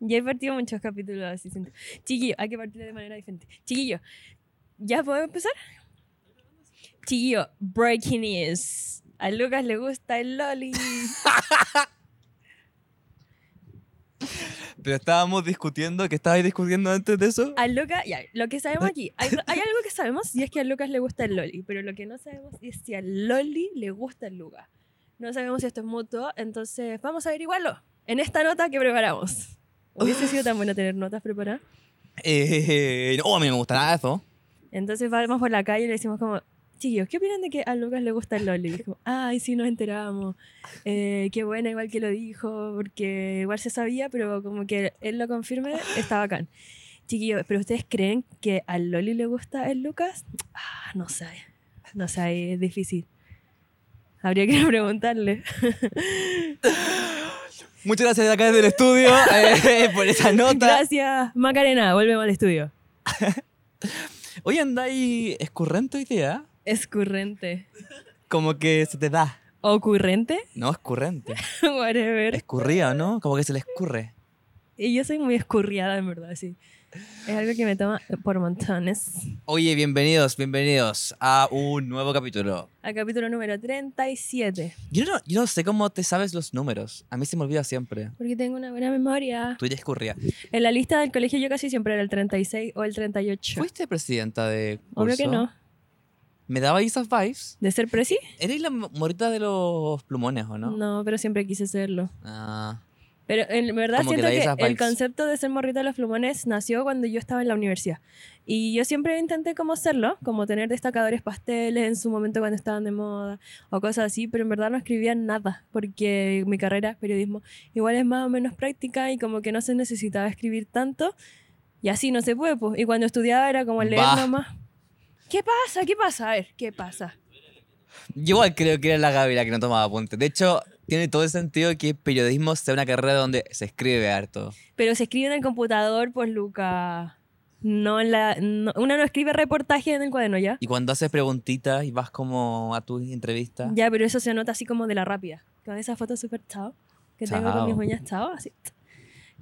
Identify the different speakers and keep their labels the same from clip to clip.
Speaker 1: Ya he partido muchos capítulos así. siento. Chiquillo, hay que partir de manera diferente. Chiquillo, ¿ya podemos empezar? Chiquillo, breaking news. A Lucas le gusta el loli.
Speaker 2: Pero estábamos discutiendo, que estabais discutiendo antes de eso.
Speaker 1: A Lucas, ya, lo que sabemos aquí, hay, hay algo que sabemos y es que a Lucas le gusta el loli, pero lo que no sabemos es si a loli le gusta el Lucas. No sabemos si esto es mutuo, entonces vamos a averiguarlo en esta nota que preparamos. Hubiese sido tan bueno tener notas preparadas.
Speaker 2: Eh, no, a mí no me gusta nada de eso.
Speaker 1: Entonces vamos por la calle y le decimos como, chiquillos, ¿qué opinan de que a Lucas le gusta el Loli? Y dijo, ay, sí, nos enterábamos. Eh, qué buena, igual que lo dijo, porque igual se sabía, pero como que él lo confirme, está bacán. Chiquillos, ¿pero ustedes creen que a Loli le gusta el Lucas? Ah, no sé, no sé, es difícil. Habría que preguntarle.
Speaker 2: Muchas gracias de acá desde el estudio eh, por esa nota.
Speaker 1: Gracias, Macarena, volvemos al estudio.
Speaker 2: Hoy andáis escurrente hoy día.
Speaker 1: Escurrente.
Speaker 2: Como que se te da.
Speaker 1: ¿Ocurrente?
Speaker 2: No, escurrente.
Speaker 1: Whatever.
Speaker 2: Escurría, ¿no? Como que se le escurre.
Speaker 1: Y yo soy muy escurriada, en verdad, sí. Es algo que me toma por montones.
Speaker 2: Oye, bienvenidos, bienvenidos a un nuevo capítulo.
Speaker 1: Al capítulo número 37.
Speaker 2: Yo no, yo no sé cómo te sabes los números. A mí se me olvida siempre.
Speaker 1: Porque tengo una buena memoria.
Speaker 2: Tú ya escurría.
Speaker 1: En la lista del colegio yo casi siempre era el 36 o el 38.
Speaker 2: ¿Fuiste presidenta de curso?
Speaker 1: Obvio que no.
Speaker 2: ¿Me daba esas vibes?
Speaker 1: ¿De ser presi?
Speaker 2: ¿Eres la morita de los plumones o no?
Speaker 1: pero siempre quise serlo.
Speaker 2: Ah,
Speaker 1: Pero en verdad
Speaker 2: Como que
Speaker 1: siento
Speaker 2: dais
Speaker 1: que,
Speaker 2: esas
Speaker 1: el
Speaker 2: vibes.
Speaker 1: concepto de ser morrita de los plumones nació cuando yo estaba en la universidad. Y yo siempre intenté como serlo, como tener destacadores pasteles en su momento cuando estaban de moda o cosas así, pero en verdad no escribía nada porque mi carrera, periodismo, igual es más o menos práctica y como que no se necesitaba escribir tanto. Y así no se puede, pues. Y cuando estudiaba era como leer
Speaker 2: Bah.
Speaker 1: nomás. ¿Qué pasa? ¿Qué pasa? A ver, ¿qué pasa?
Speaker 2: Yo igual creo que era la Gaby la que no tomaba apuntes. De hecho, tiene todo el sentido que periodismo sea una carrera donde se escribe harto.
Speaker 1: Pero se escribe en el computador, pues Luca. No en la. no- una no escribe reportaje en el cuaderno, ¿ya?
Speaker 2: Y cuando haces preguntitas y vas como a tu entrevista.
Speaker 1: Ya, pero eso se nota así como de la rápida. Con esa foto súper chao. Que tengo
Speaker 2: Chao.
Speaker 1: con mis uñas chao, así. tsk,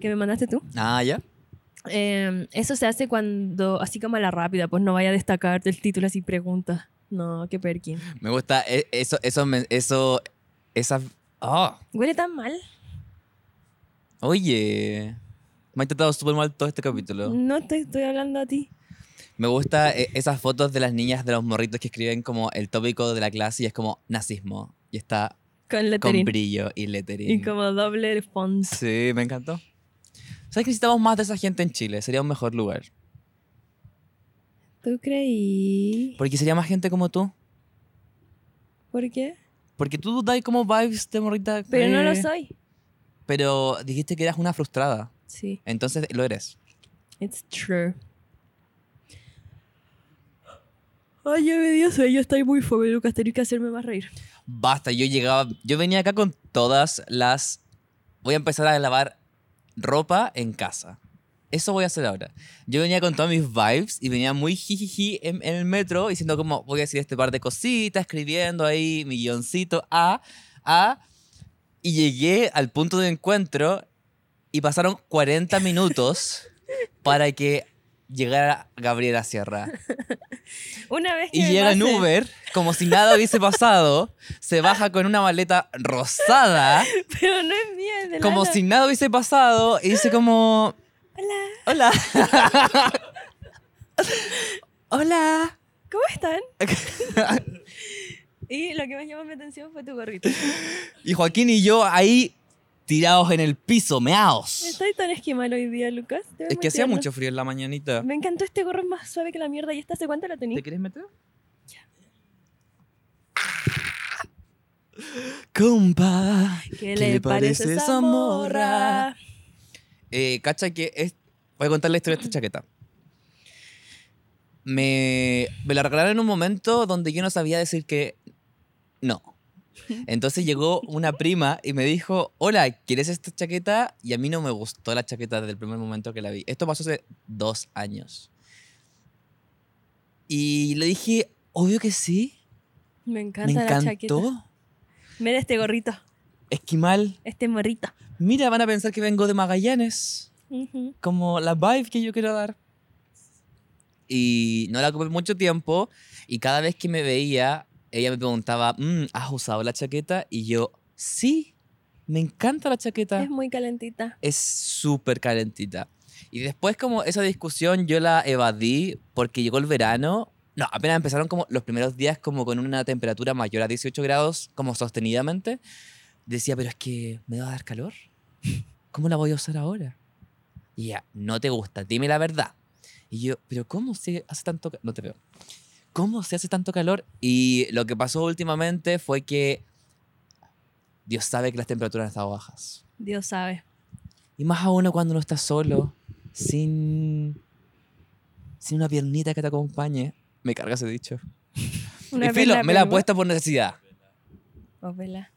Speaker 1: Que me mandaste tú.
Speaker 2: Ah, ya.
Speaker 1: Eh, eso se hace cuando. Así como a la rápida, pues no vaya a destacar el título así pregunta. No, qué perkin.
Speaker 2: Me gusta e- eso, eso, me- eso, esas. ah
Speaker 1: Huele tan mal.
Speaker 2: Oye, me ha tratado súper mal todo este capítulo.
Speaker 1: No te estoy hablando a ti.
Speaker 2: Me gusta eh, esas fotos de las niñas de los morritos que escriben como el tópico de la clase y es como nazismo. Y está
Speaker 1: Con
Speaker 2: con
Speaker 1: lettering.
Speaker 2: brillo y lettering.
Speaker 1: y como doble font.
Speaker 2: Sí, me encantó. ¿Sabes que necesitamos más de esa gente en Chile? Sería un mejor lugar.
Speaker 1: ¿Tú creí?
Speaker 2: Porque sería más gente como tú.
Speaker 1: ¿Por qué?
Speaker 2: Porque tú das como vibes de morrita.
Speaker 1: Pero no lo
Speaker 2: eh,
Speaker 1: soy.
Speaker 2: Pero dijiste que eras una frustrada.
Speaker 1: Sí.
Speaker 2: Entonces lo eres.
Speaker 1: It's true. Ay, ya me dio sueño, estoy muy fome, Lucas, tenés que hacerme más reír.
Speaker 2: Basta, yo llegaba. Yo venía acá con todas las. Voy a empezar a lavar ropa en casa. Eso voy a hacer ahora. Yo venía con todas mis vibes y venía muy jijiji en, en el metro diciendo como voy a decir este par de cositas, escribiendo ahí mi guioncito, a, a. Y llegué al punto de encuentro y pasaron 40 minutos para que llegara Gabriela Sierra.
Speaker 1: Una vez que
Speaker 2: Y
Speaker 1: me
Speaker 2: llega en
Speaker 1: pase-
Speaker 2: Uber, como si nada hubiese pasado, se baja con una maleta rosada,
Speaker 1: Pero no es mía, es de
Speaker 2: como
Speaker 1: Lala.
Speaker 2: si nada hubiese pasado, y dice como...
Speaker 1: Hola,
Speaker 2: Hola. Hola.
Speaker 1: ¿cómo están? y lo que más llamó mi atención fue tu gorrito.
Speaker 2: Y Joaquín y yo ahí tirados en el piso, meados.
Speaker 1: Estoy tan esquimal hoy día, Lucas. te ves
Speaker 2: Es
Speaker 1: muy
Speaker 2: que hacía
Speaker 1: tierno.
Speaker 2: mucho frío en la mañanita.
Speaker 1: Me encantó este gorro es más suave que la mierda. ¿Y esta hace cuánto la tenía?
Speaker 2: ¿Te quieres meter? Compa.
Speaker 1: ¿Qué le parece esa morra?
Speaker 2: Eh, cacha que es... Voy a contar la historia de esta chaqueta. Me, me la regalaron en un momento donde yo no sabía decir que no. Entonces llegó una prima y me dijo, hola, ¿quieres esta chaqueta? Y a mí no me gustó la chaqueta desde el primer momento que la vi. Esto pasó hace dos años. Y le dije, obvio que sí.
Speaker 1: Me
Speaker 2: me
Speaker 1: encanta la chaqueta.
Speaker 2: encantó.
Speaker 1: Mira este gorrito,
Speaker 2: Esquimal.
Speaker 1: este morrito.
Speaker 2: Mira, van a pensar que vengo de Magallanes.
Speaker 1: Ujú.
Speaker 2: como la vibe que yo quiero dar. Y no la ocupé mucho tiempo y cada vez que me veía, ella me preguntaba, "Mm, ¿has usado la chaqueta? Y yo, sí, me encanta la chaqueta.
Speaker 1: Es muy calentita.
Speaker 2: Es súper calentita. Y después como esa discusión yo la evadí porque llegó el verano. No, apenas empezaron como los primeros días como con una temperatura mayor a 18 grados, como sostenidamente. Decía, pero es que me va a dar calor. ¿Cómo la voy a usar ahora? Y ya, no te gusta, dime la verdad. Y yo, pero ¿cómo se hace tanto calor? No te veo. ¿Cómo se hace tanto calor? Y lo que pasó últimamente fue que Dios sabe que las temperaturas han estado bajas.
Speaker 1: Dios sabe.
Speaker 2: Y más aún cuando uno está solo, sin, sin una piernita que te acompañe. Me carga ese dicho.
Speaker 1: Una
Speaker 2: y filo,
Speaker 1: vela
Speaker 2: me la he
Speaker 1: peluda.
Speaker 2: puesto por necesidad.
Speaker 1: Oh, vela.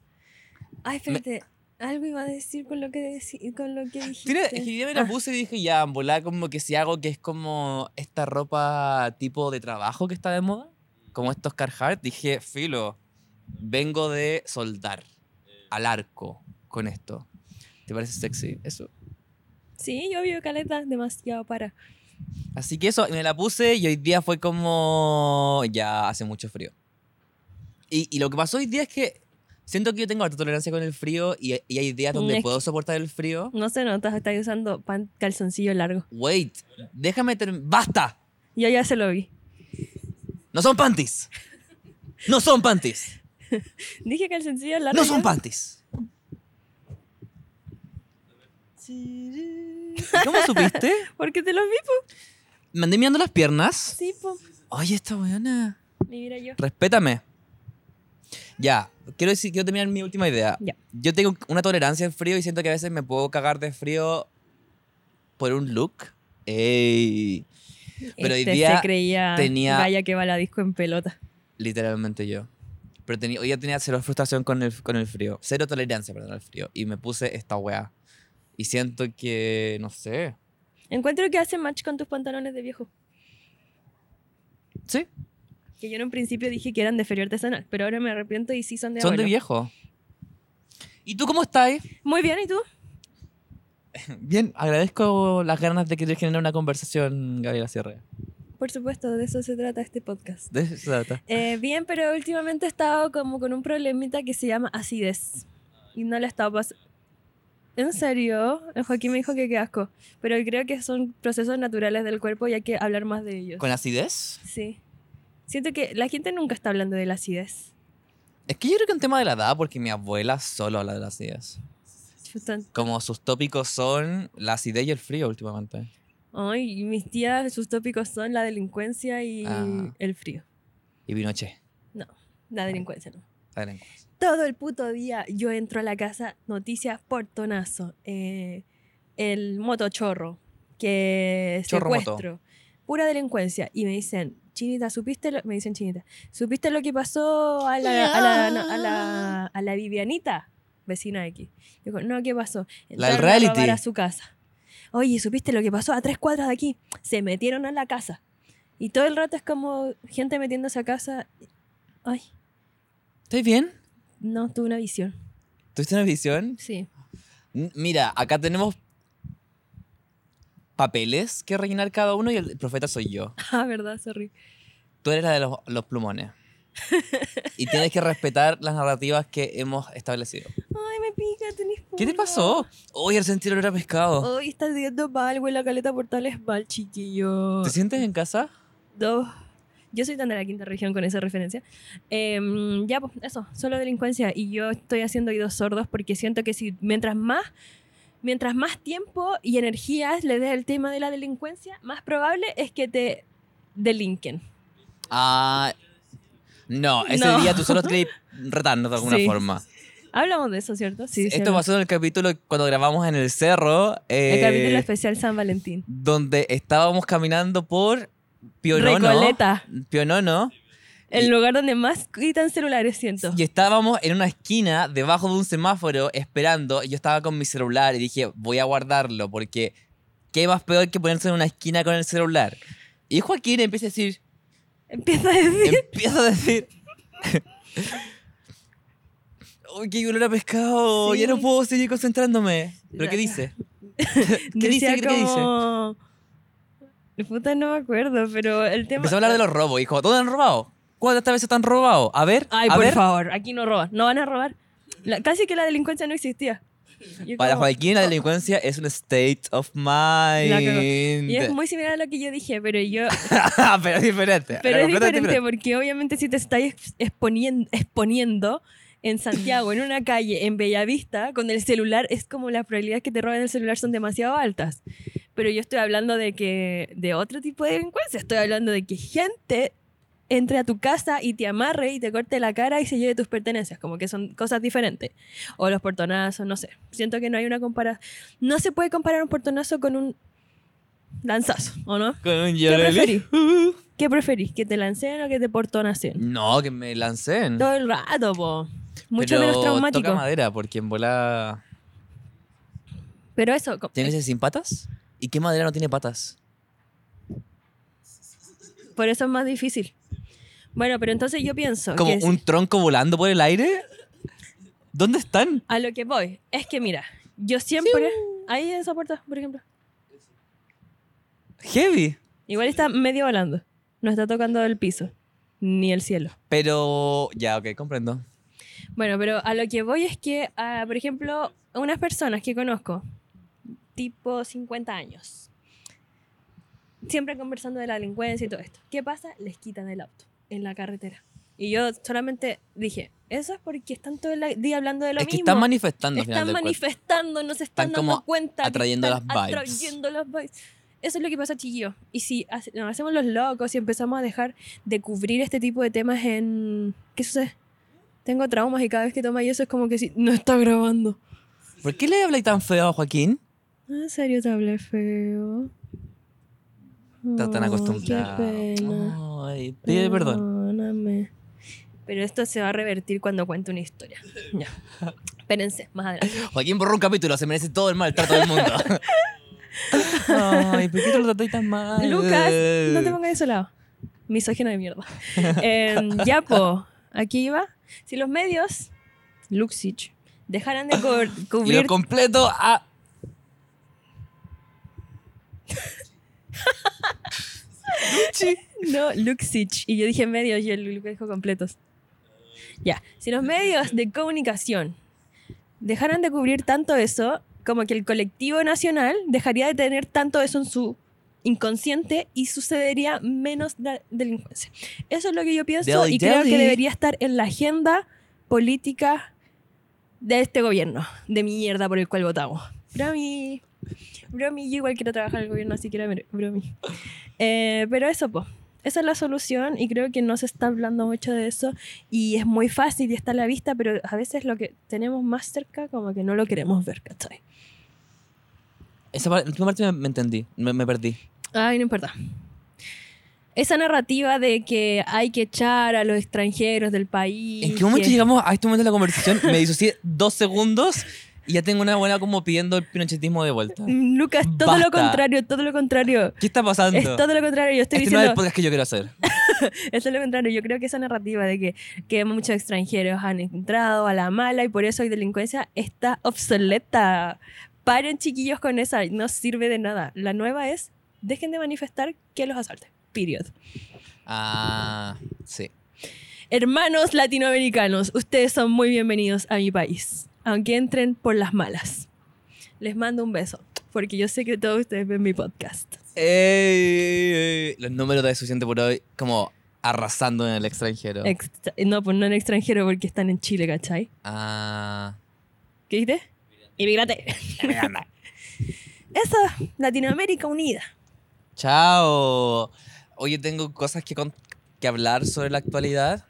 Speaker 1: Ay, espérate. Algo iba a decir con lo que, deci- con lo que dijiste.
Speaker 2: Tiene, es que yo me la
Speaker 1: Ah.
Speaker 2: puse y dije, ya, en volá, como que si hago que es como esta ropa tipo de trabajo que está de moda, como estos Carhartt, dije, filo, vengo de soldar al arco con esto. ¿Te parece sexy eso?
Speaker 1: Sí, yo vivo caleta demasiado para.
Speaker 2: Así que eso, me la puse y hoy día fue como. Ya hace mucho frío. Y, y lo que pasó hoy día es que siento que yo tengo alta tolerancia con el frío y, y hay días
Speaker 1: Mm,
Speaker 2: donde
Speaker 1: es
Speaker 2: puedo soportar el frío.
Speaker 1: No se nota, estáis usando pan, calzoncillo largo.
Speaker 2: Wait, déjame terminar. ¡Basta!
Speaker 1: Yo ya se lo vi.
Speaker 2: ¡No son panties! ¡No son panties!
Speaker 1: Dije calzoncillo largo.
Speaker 2: ¡No
Speaker 1: ya.
Speaker 2: son panties! ¿Cómo supiste?
Speaker 1: Porque te lo vi, po.
Speaker 2: Me andé mirando las piernas.
Speaker 1: Sí, po.
Speaker 2: Oye, esta buena.
Speaker 1: Y mira yo.
Speaker 2: Respétame. Ya, quiero decir, quiero terminar mi última idea.
Speaker 1: Ya.
Speaker 2: Yo tengo una tolerancia al frío y siento que a veces me puedo cagar de frío por un look. Ey. Pero hoy
Speaker 1: este
Speaker 2: día
Speaker 1: se creía
Speaker 2: tenía-
Speaker 1: Vaya que va a la disco en pelota.
Speaker 2: Literalmente yo. Pero tenía, hoy ya tenía cero frustración con el, con el frío. Cero tolerancia, perdón, al frío. Y me puse esta weá. Y siento que, no sé.
Speaker 1: Encuentro que hace match con tus pantalones de viejo.
Speaker 2: Sí,
Speaker 1: Que yo en un principio dije que eran de feria artesanal, pero ahora me arrepiento y sí son de
Speaker 2: son de
Speaker 1: abuelo.
Speaker 2: viejo. ¿Y tú cómo estás?
Speaker 1: Muy bien, ¿y tú?
Speaker 2: Bien, agradezco las ganas de querer generar una conversación, Gabriela Sierra.
Speaker 1: Por supuesto, de eso se trata este podcast.
Speaker 2: De eso se trata.
Speaker 1: Eh, bien, pero últimamente he estado como con un problemita que se llama acidez. Y no le he estado pasando. ¿En serio? El Joaquín me dijo que qué asco. Pero creo que son procesos naturales del cuerpo y hay que hablar más de ellos.
Speaker 2: ¿Con acidez?
Speaker 1: Sí. Siento que la gente nunca está hablando de la acidez.
Speaker 2: Es que yo creo que es un tema de la edad, porque mi abuela solo habla de la acidez.
Speaker 1: Chuta.
Speaker 2: Como sus tópicos son la acidez y el frío últimamente.
Speaker 1: Ay, y mis tías, sus tópicos son la delincuencia y
Speaker 2: Ah.
Speaker 1: el frío.
Speaker 2: Y Vinoche.
Speaker 1: La delincuencia, no.
Speaker 2: adelante.
Speaker 1: Todo el puto día yo entro a la casa, noticias portonazo. eh, el motochorro, que
Speaker 2: Chorro moto.
Speaker 1: secuestro, pura delincuencia. Y me dicen, Chinita, ¿supiste lo, me dicen Chinita, ¿supiste lo que pasó a la, a la, no, a la, a la Vivianita? Vecina de aquí. Digo, no, ¿qué pasó?
Speaker 2: La
Speaker 1: Entraron
Speaker 2: del
Speaker 1: a robar
Speaker 2: reality.
Speaker 1: a su casa. Oye, ¿supiste lo que pasó a tres cuadras de aquí? Se metieron a la casa. Y todo el rato es como gente metiéndose a casa. Ay,
Speaker 2: ¿Estás bien?
Speaker 1: no, tuve una visión.
Speaker 2: ¿Tuviste una visión?
Speaker 1: Sí.
Speaker 2: N- Mira, acá tenemos papeles que rellenar cada uno y el profeta soy yo.
Speaker 1: Ah, verdad, sorry.
Speaker 2: Tú eres la de los, los plumones. y tienes que respetar las narrativas que hemos establecido.
Speaker 1: Ay, me pica, tenés
Speaker 2: ¿Qué te
Speaker 1: pulga.
Speaker 2: pasó? Hoy al sentir olor a pescado.
Speaker 1: Hoy estás viendo mal, güey, la caleta portal es mal, chiquillo.
Speaker 2: ¿Te sientes en casa?
Speaker 1: Dos. Yo soy tan de la quinta región con esa referencia. Em, ya, pues, eso, solo delincuencia. Y yo estoy haciendo oídos sordos porque siento que si mientras más, mientras más tiempo y energías le des al tema de la delincuencia, más probable es que te delinquen.
Speaker 2: Ah. No, ese
Speaker 1: No.
Speaker 2: día tú solo te retando de alguna
Speaker 1: Sí.
Speaker 2: forma.
Speaker 1: Hablamos de eso, ¿cierto? Sí, sí,
Speaker 2: Esto
Speaker 1: hablamos.
Speaker 2: pasó en el capítulo cuando grabamos en el cerro.
Speaker 1: El
Speaker 2: eh,
Speaker 1: capítulo especial San Valentín.
Speaker 2: Donde estábamos caminando por Pionono.
Speaker 1: Recoleta.
Speaker 2: Pionono.
Speaker 1: El
Speaker 2: Y-
Speaker 1: lugar donde más gritan celulares, siento.
Speaker 2: Y estábamos en una esquina debajo de un semáforo esperando. y Yo estaba con mi celular y dije, voy a guardarlo porque qué más peor que ponerse en una esquina con el celular. Y Joaquín empieza a decir,
Speaker 1: Empieza a decir.
Speaker 2: Em-, empieza a decir. Uy, qué olor a pescado, ya no
Speaker 1: Sí.
Speaker 2: puedo seguir concentrándome. ¿Pero qué dice? Em, ¿Qué dice?
Speaker 1: Decía
Speaker 2: ¿Qué- qué dice?
Speaker 1: como... Puta, no me acuerdo, pero el tema...
Speaker 2: Empezó a hablar de los robos, hijo. ¿Todos han robado? ¿Cuántas veces te han robado? A ver,
Speaker 1: Ay,
Speaker 2: a
Speaker 1: por
Speaker 2: ver.
Speaker 1: favor, aquí no roban. No van a robar. La- casi que la delincuencia no existía. Yo
Speaker 2: Para
Speaker 1: como-
Speaker 2: Joaquín la delincuencia es un state of mind. Ah,
Speaker 1: Y es muy similar a lo que yo dije, pero yo...
Speaker 2: pero es diferente.
Speaker 1: Pero
Speaker 2: Era
Speaker 1: es
Speaker 2: completamente
Speaker 1: diferente porque obviamente si te estás ex- exponiendo, exponiendo en Santiago, en una calle, en Bellavista, con el celular, es como las probabilidades que te roben el celular son demasiado altas. Pero yo estoy hablando de que de otro tipo de delincuencia. Estoy hablando de que gente entre a tu casa y te amarre y te corte la cara y se lleve tus pertenencias, como que son cosas diferentes. O los portonazos, no sé. Siento que no hay una comparación. No se puede comparar un portonazo con un lanzazo, ¿o no?
Speaker 2: Con un
Speaker 1: ¿Qué
Speaker 2: Yoreli.
Speaker 1: preferís?
Speaker 2: Uh.
Speaker 1: ¿Qué preferís? ¿Que te lanceen o que te portonacen?
Speaker 2: No, que me lancen.
Speaker 1: Todo el rato, po. Mucho
Speaker 2: Pero
Speaker 1: menos
Speaker 2: Toca
Speaker 1: traumático.
Speaker 2: madera, porque en bola.
Speaker 1: Pero eso, co-
Speaker 2: ¿Tienes ese sin patas? ¿Y qué madera no tiene patas?
Speaker 1: por eso es más difícil. Bueno, pero entonces yo pienso
Speaker 2: ¿Como
Speaker 1: que es-
Speaker 2: un tronco volando por el aire? ¿Dónde están?
Speaker 1: a lo que voy es que, mira, yo siempre... Ahí en esa puerta, por ejemplo.
Speaker 2: Heavy.
Speaker 1: Igual está medio volando. No está tocando el piso, ni el cielo.
Speaker 2: Pero. Ya, ok, comprendo.
Speaker 1: Bueno, pero a lo que voy es que, ah, por ejemplo, unas personas que conozco, tipo 50 años, siempre conversando de la delincuencia y todo esto. ¿Qué pasa? Les quitan el auto en la carretera. Y yo solamente dije, eso es porque están todo el día hablando de lo
Speaker 2: es que
Speaker 1: mismo.
Speaker 2: están manifestando al final
Speaker 1: están
Speaker 2: del cuento.
Speaker 1: manifestando, no se están,
Speaker 2: Están
Speaker 1: dando
Speaker 2: como
Speaker 1: cuenta. que
Speaker 2: atrayendo
Speaker 1: están
Speaker 2: las vibes.
Speaker 1: atrayendo las vibes. Eso es lo que pasa, chiquillo. Y si hace- nos hacemos los locos y empezamos a dejar de cubrir este tipo de temas en... ¿Qué sucede? Tengo traumas y cada vez que toma eso es como que si no está grabando. Ah,
Speaker 2: ¿Por qué le habláis tan feo a Joaquín?
Speaker 1: ¿En serio te hablé feo?
Speaker 2: Está tan
Speaker 1: Ay,
Speaker 2: acostumbrado.
Speaker 1: Mm, Qué pena. Mm.
Speaker 2: Ay, pide perdón.
Speaker 1: Perdóname. Pero esto se va a revertir cuando cuente una historia. Ya. Espérense, más adelante.
Speaker 2: Joaquín borró un capítulo, se merece todo el maltrato del mundo. Ay, ¿por qué te lo tratáis tan mal?
Speaker 1: Lucas, no te pongas de ese lado. Misógino de mierda. Em, ya, po. Aquí iba. Si los medios, Luxich, dejaran de cubr-
Speaker 2: Y lo
Speaker 1: cubrir.
Speaker 2: completo a.
Speaker 1: no, Luxich. Y yo dije medios y el Lucas dijo completos. Ya. Si los medios de comunicación dejaran de cubrir tanto eso, como que el colectivo nacional dejaría de tener tanto eso en su inconsciente y sucedería menos da- delincuencia. Eso es lo que yo pienso
Speaker 2: Deli,
Speaker 1: y creo
Speaker 2: deli.
Speaker 1: que debería estar en la agenda política de este gobierno, de mierda por el cual votamos. Bromi. Bromi, yo igual quiero trabajar en el gobierno, así que era bromi. Eh, pero eso, pues. Esa es la solución y creo que no se está hablando mucho de eso y es muy fácil y está a la vista, pero a veces lo que tenemos más cerca como que no lo queremos ver, ¿cachai?
Speaker 2: Esa parte, la última parte me, me entendí, me, me perdí.
Speaker 1: Ay, no importa. Esa narrativa de que hay que echar a los extranjeros del país.
Speaker 2: ¿En qué momento
Speaker 1: que-
Speaker 2: llegamos a este momento de la conversación? Me disocié dos segundos y ya tengo una buena como pidiendo el pinochetismo de vuelta.
Speaker 1: Lucas, todo lo
Speaker 2: Basta.
Speaker 1: contrario, todo lo contrario.
Speaker 2: ¿Qué está pasando?
Speaker 1: Es todo lo contrario, yo estoy
Speaker 2: este no es
Speaker 1: diciendo...
Speaker 2: el podcast que yo quiero hacer.
Speaker 1: Eso es lo contrario. Yo creo que esa narrativa de que, que muchos extranjeros han entrado a la mala y por eso hay delincuencia está obsoleta. Paren, chiquillos, con esa. No sirve de nada. La nueva es dejen de manifestar que los asalten. Period.
Speaker 2: Ah, sí.
Speaker 1: Hermanos latinoamericanos, ustedes son muy bienvenidos a mi país, aunque entren por las malas. Les mando un beso, porque yo sé que todos ustedes ven mi podcast.
Speaker 2: Ey, ey, los números de suficiente por hoy, como arrasando en el extranjero.
Speaker 1: Ext- no, pues no en extranjero, porque están en Chile, ¿cachai?
Speaker 2: ah.
Speaker 1: ¿Qué dijiste? Inmigrante. Eso, Latinoamérica unida.
Speaker 2: Chao. Oye, tengo cosas que, con- que hablar sobre la actualidad.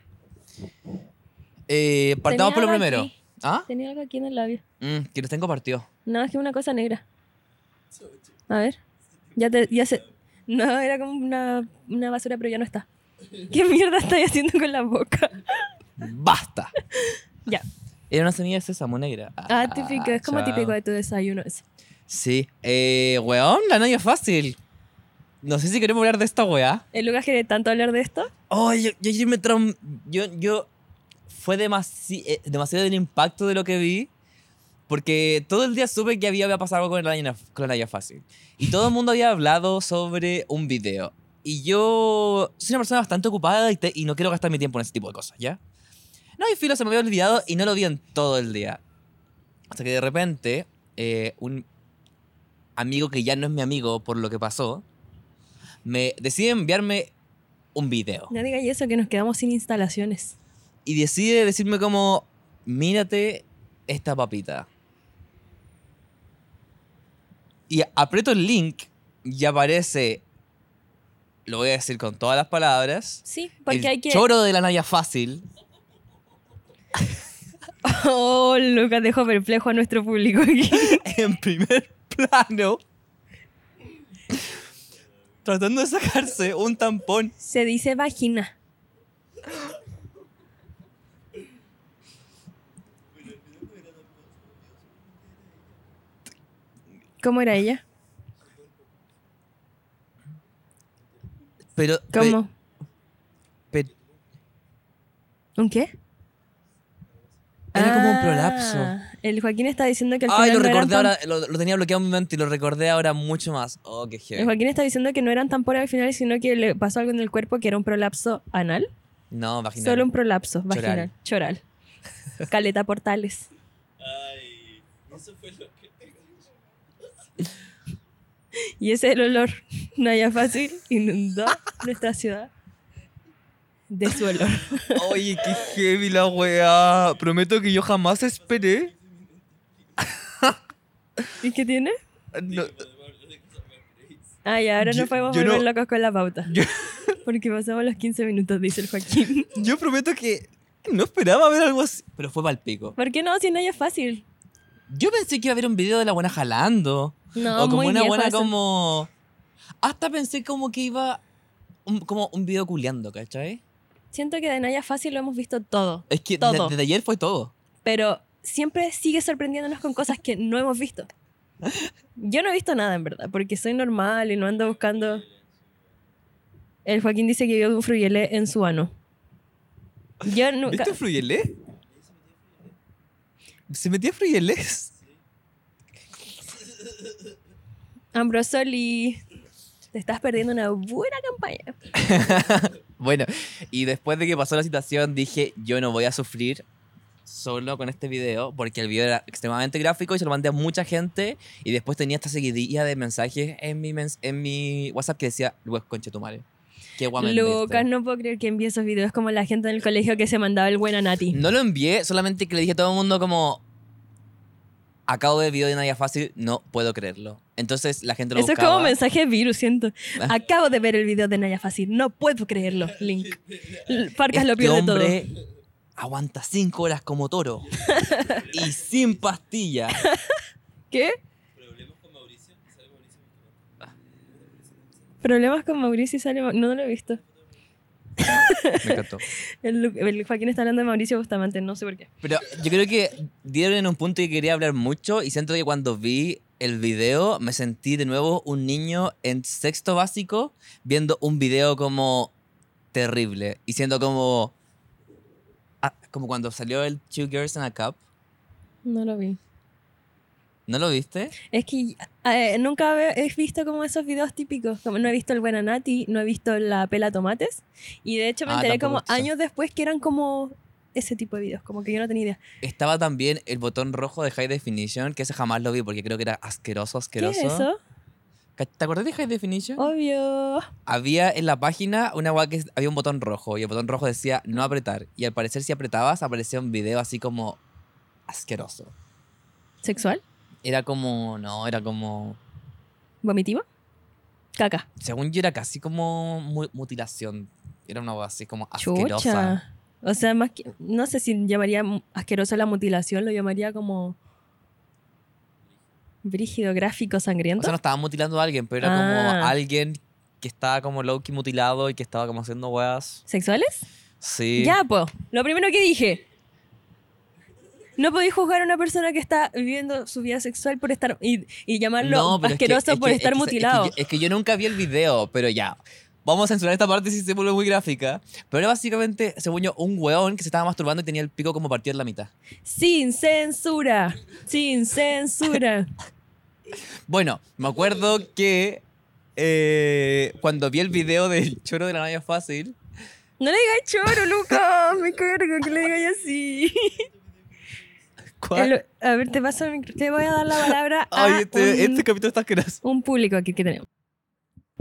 Speaker 2: Eh, partamos
Speaker 1: Tenía
Speaker 2: por lo
Speaker 1: algo
Speaker 2: primero.
Speaker 1: aquí.
Speaker 2: ¿Ah?
Speaker 1: Tenía algo aquí en el labio.
Speaker 2: Mm, que los tengo partido.
Speaker 1: No, es que una cosa negra. A ver. Ya te. Ya se. No, era como una, una basura, pero ya no está. ¿Qué mierda estoy haciendo con la boca?
Speaker 2: ¡Basta!
Speaker 1: Ya.
Speaker 2: Era una semilla de sésamo negra.
Speaker 1: Ah, típico, es como
Speaker 2: chao.
Speaker 1: típico de tu desayuno eso.
Speaker 2: Sí. Eh, weón, la novia fácil. No sé si queremos hablar de esta weá.
Speaker 1: El lugar que tanto hablar de esto,
Speaker 2: Oh, yo, yo, yo me traum... Yo, yo... Fue demasi- eh, demasiado el impacto de lo que vi Porque todo el día supe que había, había pasado algo con la, Naya- con la Naya Fácil. Y todo el mundo había hablado sobre un video. Y yo soy una persona bastante ocupada y, te- y no quiero gastar mi tiempo en ese tipo de cosas, ¿ya? No, y filo, se me había olvidado y no lo vi en todo el día. Hasta que de repente, eh, un amigo que ya no es mi amigo por lo que pasó, me decide enviarme un video.
Speaker 1: No digáis eso, que nos quedamos sin instalaciones.
Speaker 2: Y decide decirme como, mírate esta papita. Y aprieto el link y aparece, lo voy a decir con todas las palabras,
Speaker 1: Sí, porque
Speaker 2: el
Speaker 1: hay que.
Speaker 2: choro de la Naya Fácil.
Speaker 1: Oh, Lucas dejó perplejo a nuestro público aquí.
Speaker 2: en primer plano tratando de sacarse un tampón.
Speaker 1: Se dice vagina. ¿Cómo era ella?
Speaker 2: Pero, pe-
Speaker 1: ¿Cómo?
Speaker 2: pe-
Speaker 1: ¿Un qué?
Speaker 2: era como un
Speaker 1: Ah,
Speaker 2: prolapso.
Speaker 1: El Joaquín está diciendo que al
Speaker 2: Ay,
Speaker 1: final
Speaker 2: lo
Speaker 1: no eran
Speaker 2: recordé
Speaker 1: tan-
Speaker 2: ahora, lo, lo tenía bloqueado en mi mente y lo recordé ahora mucho más. Oh, qué
Speaker 1: El
Speaker 2: heavy.
Speaker 1: Joaquín está diciendo que no eran tampones al final, sino que le pasó algo en el cuerpo que era un prolapso anal.
Speaker 2: No, vaginal.
Speaker 1: Solo un prolapso
Speaker 2: Choral.
Speaker 1: vaginal. Choral. Caleta Portales.
Speaker 3: Ay, eso fue lo que
Speaker 1: Y ese es el olor. Naya Fácil inundó nuestra ciudad de su olor.
Speaker 2: Oye, qué heavy la weá. Prometo que yo jamás esperé.
Speaker 1: ¿Y qué tiene?
Speaker 2: No,
Speaker 1: Ah, ya, ahora
Speaker 2: Yo-
Speaker 1: no podemos
Speaker 2: yo no-
Speaker 1: volver locos con la pauta.
Speaker 2: Yo-
Speaker 1: Porque pasamos los 15 minutos, dice el Joaquín.
Speaker 2: yo prometo que no esperaba ver algo así. Pero fue pal pico.
Speaker 1: ¿Por qué no? Si Naya Fácil.
Speaker 2: Yo pensé que iba a haber un video de la buena jalando.
Speaker 1: No,
Speaker 2: o como
Speaker 1: muy
Speaker 2: una
Speaker 1: viejo
Speaker 2: buena
Speaker 1: eso.
Speaker 2: como... Hasta pensé como que iba... Un, como un video culeando, ¿cachai?
Speaker 1: Siento que de Naya Fácil lo hemos visto todo.
Speaker 2: Es que de-
Speaker 1: Todo.
Speaker 2: desde ayer fue todo.
Speaker 1: pero siempre sigue sorprendiéndonos con cosas que no hemos visto. Yo no he visto nada, en verdad, porque soy normal y no ando buscando... El Joaquín dice que vio un fruyelé en su ano. Yo nunca...
Speaker 2: ¿Viste Fruyelé? ¿Se metía Fruyeles?
Speaker 1: Ambrosoli, te estás perdiendo una buena campaña.
Speaker 2: Bueno, y después de que pasó la situación dije, yo no voy a sufrir solo con este video, porque el video era extremadamente gráfico y se lo mandé a mucha gente, y después tenía esta seguidilla de mensajes en mi, mens- en mi WhatsApp que decía, Luis, conche tu madre. Qué guapo.
Speaker 1: Lucas, no puedo creer que envíe esos videos como la gente en el colegio que se mandaba el buena Nati.
Speaker 2: No lo envié, solamente que le dije a todo el mundo como... Acabo de ver el video de Nadia Fácil, no puedo creerlo. Entonces la gente lo
Speaker 1: Eso es
Speaker 2: buscaba. Ah.
Speaker 1: como mensaje virus, siento. Acabo de ver el video de Naya Fácil, no puedo creerlo, Link. L- Farcas lo
Speaker 2: Este
Speaker 1: pierde todo.
Speaker 2: hombre aguanta cinco horas como toro y sin pastilla.
Speaker 1: ¿Qué?
Speaker 3: Problemas con Mauricio, ¿sabe Mauricio? este
Speaker 1: Ah. Problemas con Mauricio y sale. Ma- No, no lo he visto.
Speaker 2: Me encantó.
Speaker 1: El, Lu- el Joaquín está hablando de Mauricio Bustamante, no sé por qué.
Speaker 2: Pero yo creo que dieron en un punto que quería hablar mucho y siento que cuando vi el video me sentí de nuevo un niño en sexto básico viendo un video como terrible y siendo como ah, como cuando salió el Two Girls in a Cup.
Speaker 1: No lo vi.
Speaker 2: ¿No lo viste?
Speaker 1: Es que eh, nunca ve- he visto como esos videos típicos. Como no he visto el Buena Nati, no he visto la Pela Tomates. Y de hecho me
Speaker 2: Ah,
Speaker 1: enteré
Speaker 2: tampoco
Speaker 1: como
Speaker 2: he visto.
Speaker 1: años después que eran como ese tipo de videos. Como que yo no tenía idea.
Speaker 2: Estaba también el botón rojo de High Definition, que ese jamás lo vi porque creo que era asqueroso,
Speaker 1: ¿Qué
Speaker 2: asqueroso.
Speaker 1: es eso?
Speaker 2: ¿Ca- ¿Te acordás de High Definition?
Speaker 1: Obvio.
Speaker 2: Había en la página una guay que había un botón rojo y el botón rojo decía no apretar. Y al parecer si apretabas aparecía un video así como asqueroso.
Speaker 1: ¿Sexual?
Speaker 2: Era como, no, era como...
Speaker 1: ¿Vomitivo? Caca.
Speaker 2: Según yo era casi como mu- mutilación. Era una guay así como asquerosa.
Speaker 1: Chucha. O sea, más que, no sé si llamaría mu- asqueroso la mutilación, lo llamaría como brígido, gráfico,
Speaker 2: O
Speaker 1: sangriento.
Speaker 2: sea, no estaba mutilando a alguien, pero era como
Speaker 1: Ah.
Speaker 2: alguien que estaba como low-key mutilado y que estaba como haciendo weas.
Speaker 1: ¿Sexuales?
Speaker 2: Sí.
Speaker 1: Ya, po. Lo primero que dije. No podéis juzgar a una persona que está viviendo su vida sexual por estar y, y llamarlo
Speaker 2: No, pero es que-
Speaker 1: asqueroso
Speaker 2: es
Speaker 1: por
Speaker 2: que-
Speaker 1: estar
Speaker 2: es que- es que
Speaker 1: mutilado.
Speaker 2: yo- Es que, yo nunca vi el video, pero ya. Vamos a censurar esta parte si se vuelve muy gráfica. Pero era básicamente, según yo, un weón que se estaba masturbando y tenía el pico como partido en la mitad.
Speaker 1: Sin censura. Sin censura.
Speaker 2: Bueno, me acuerdo que eh, cuando vi el video del choro de la novia fácil,
Speaker 1: No le digas choro, Lucas. Me cargo que le digas así.
Speaker 2: ¿cuál?
Speaker 1: El- a ver, te paso el micro- Te voy a dar la palabra a
Speaker 2: Ay, este,
Speaker 1: un,
Speaker 2: este capítulo está asqueroso.
Speaker 1: un público aquí que tenemos.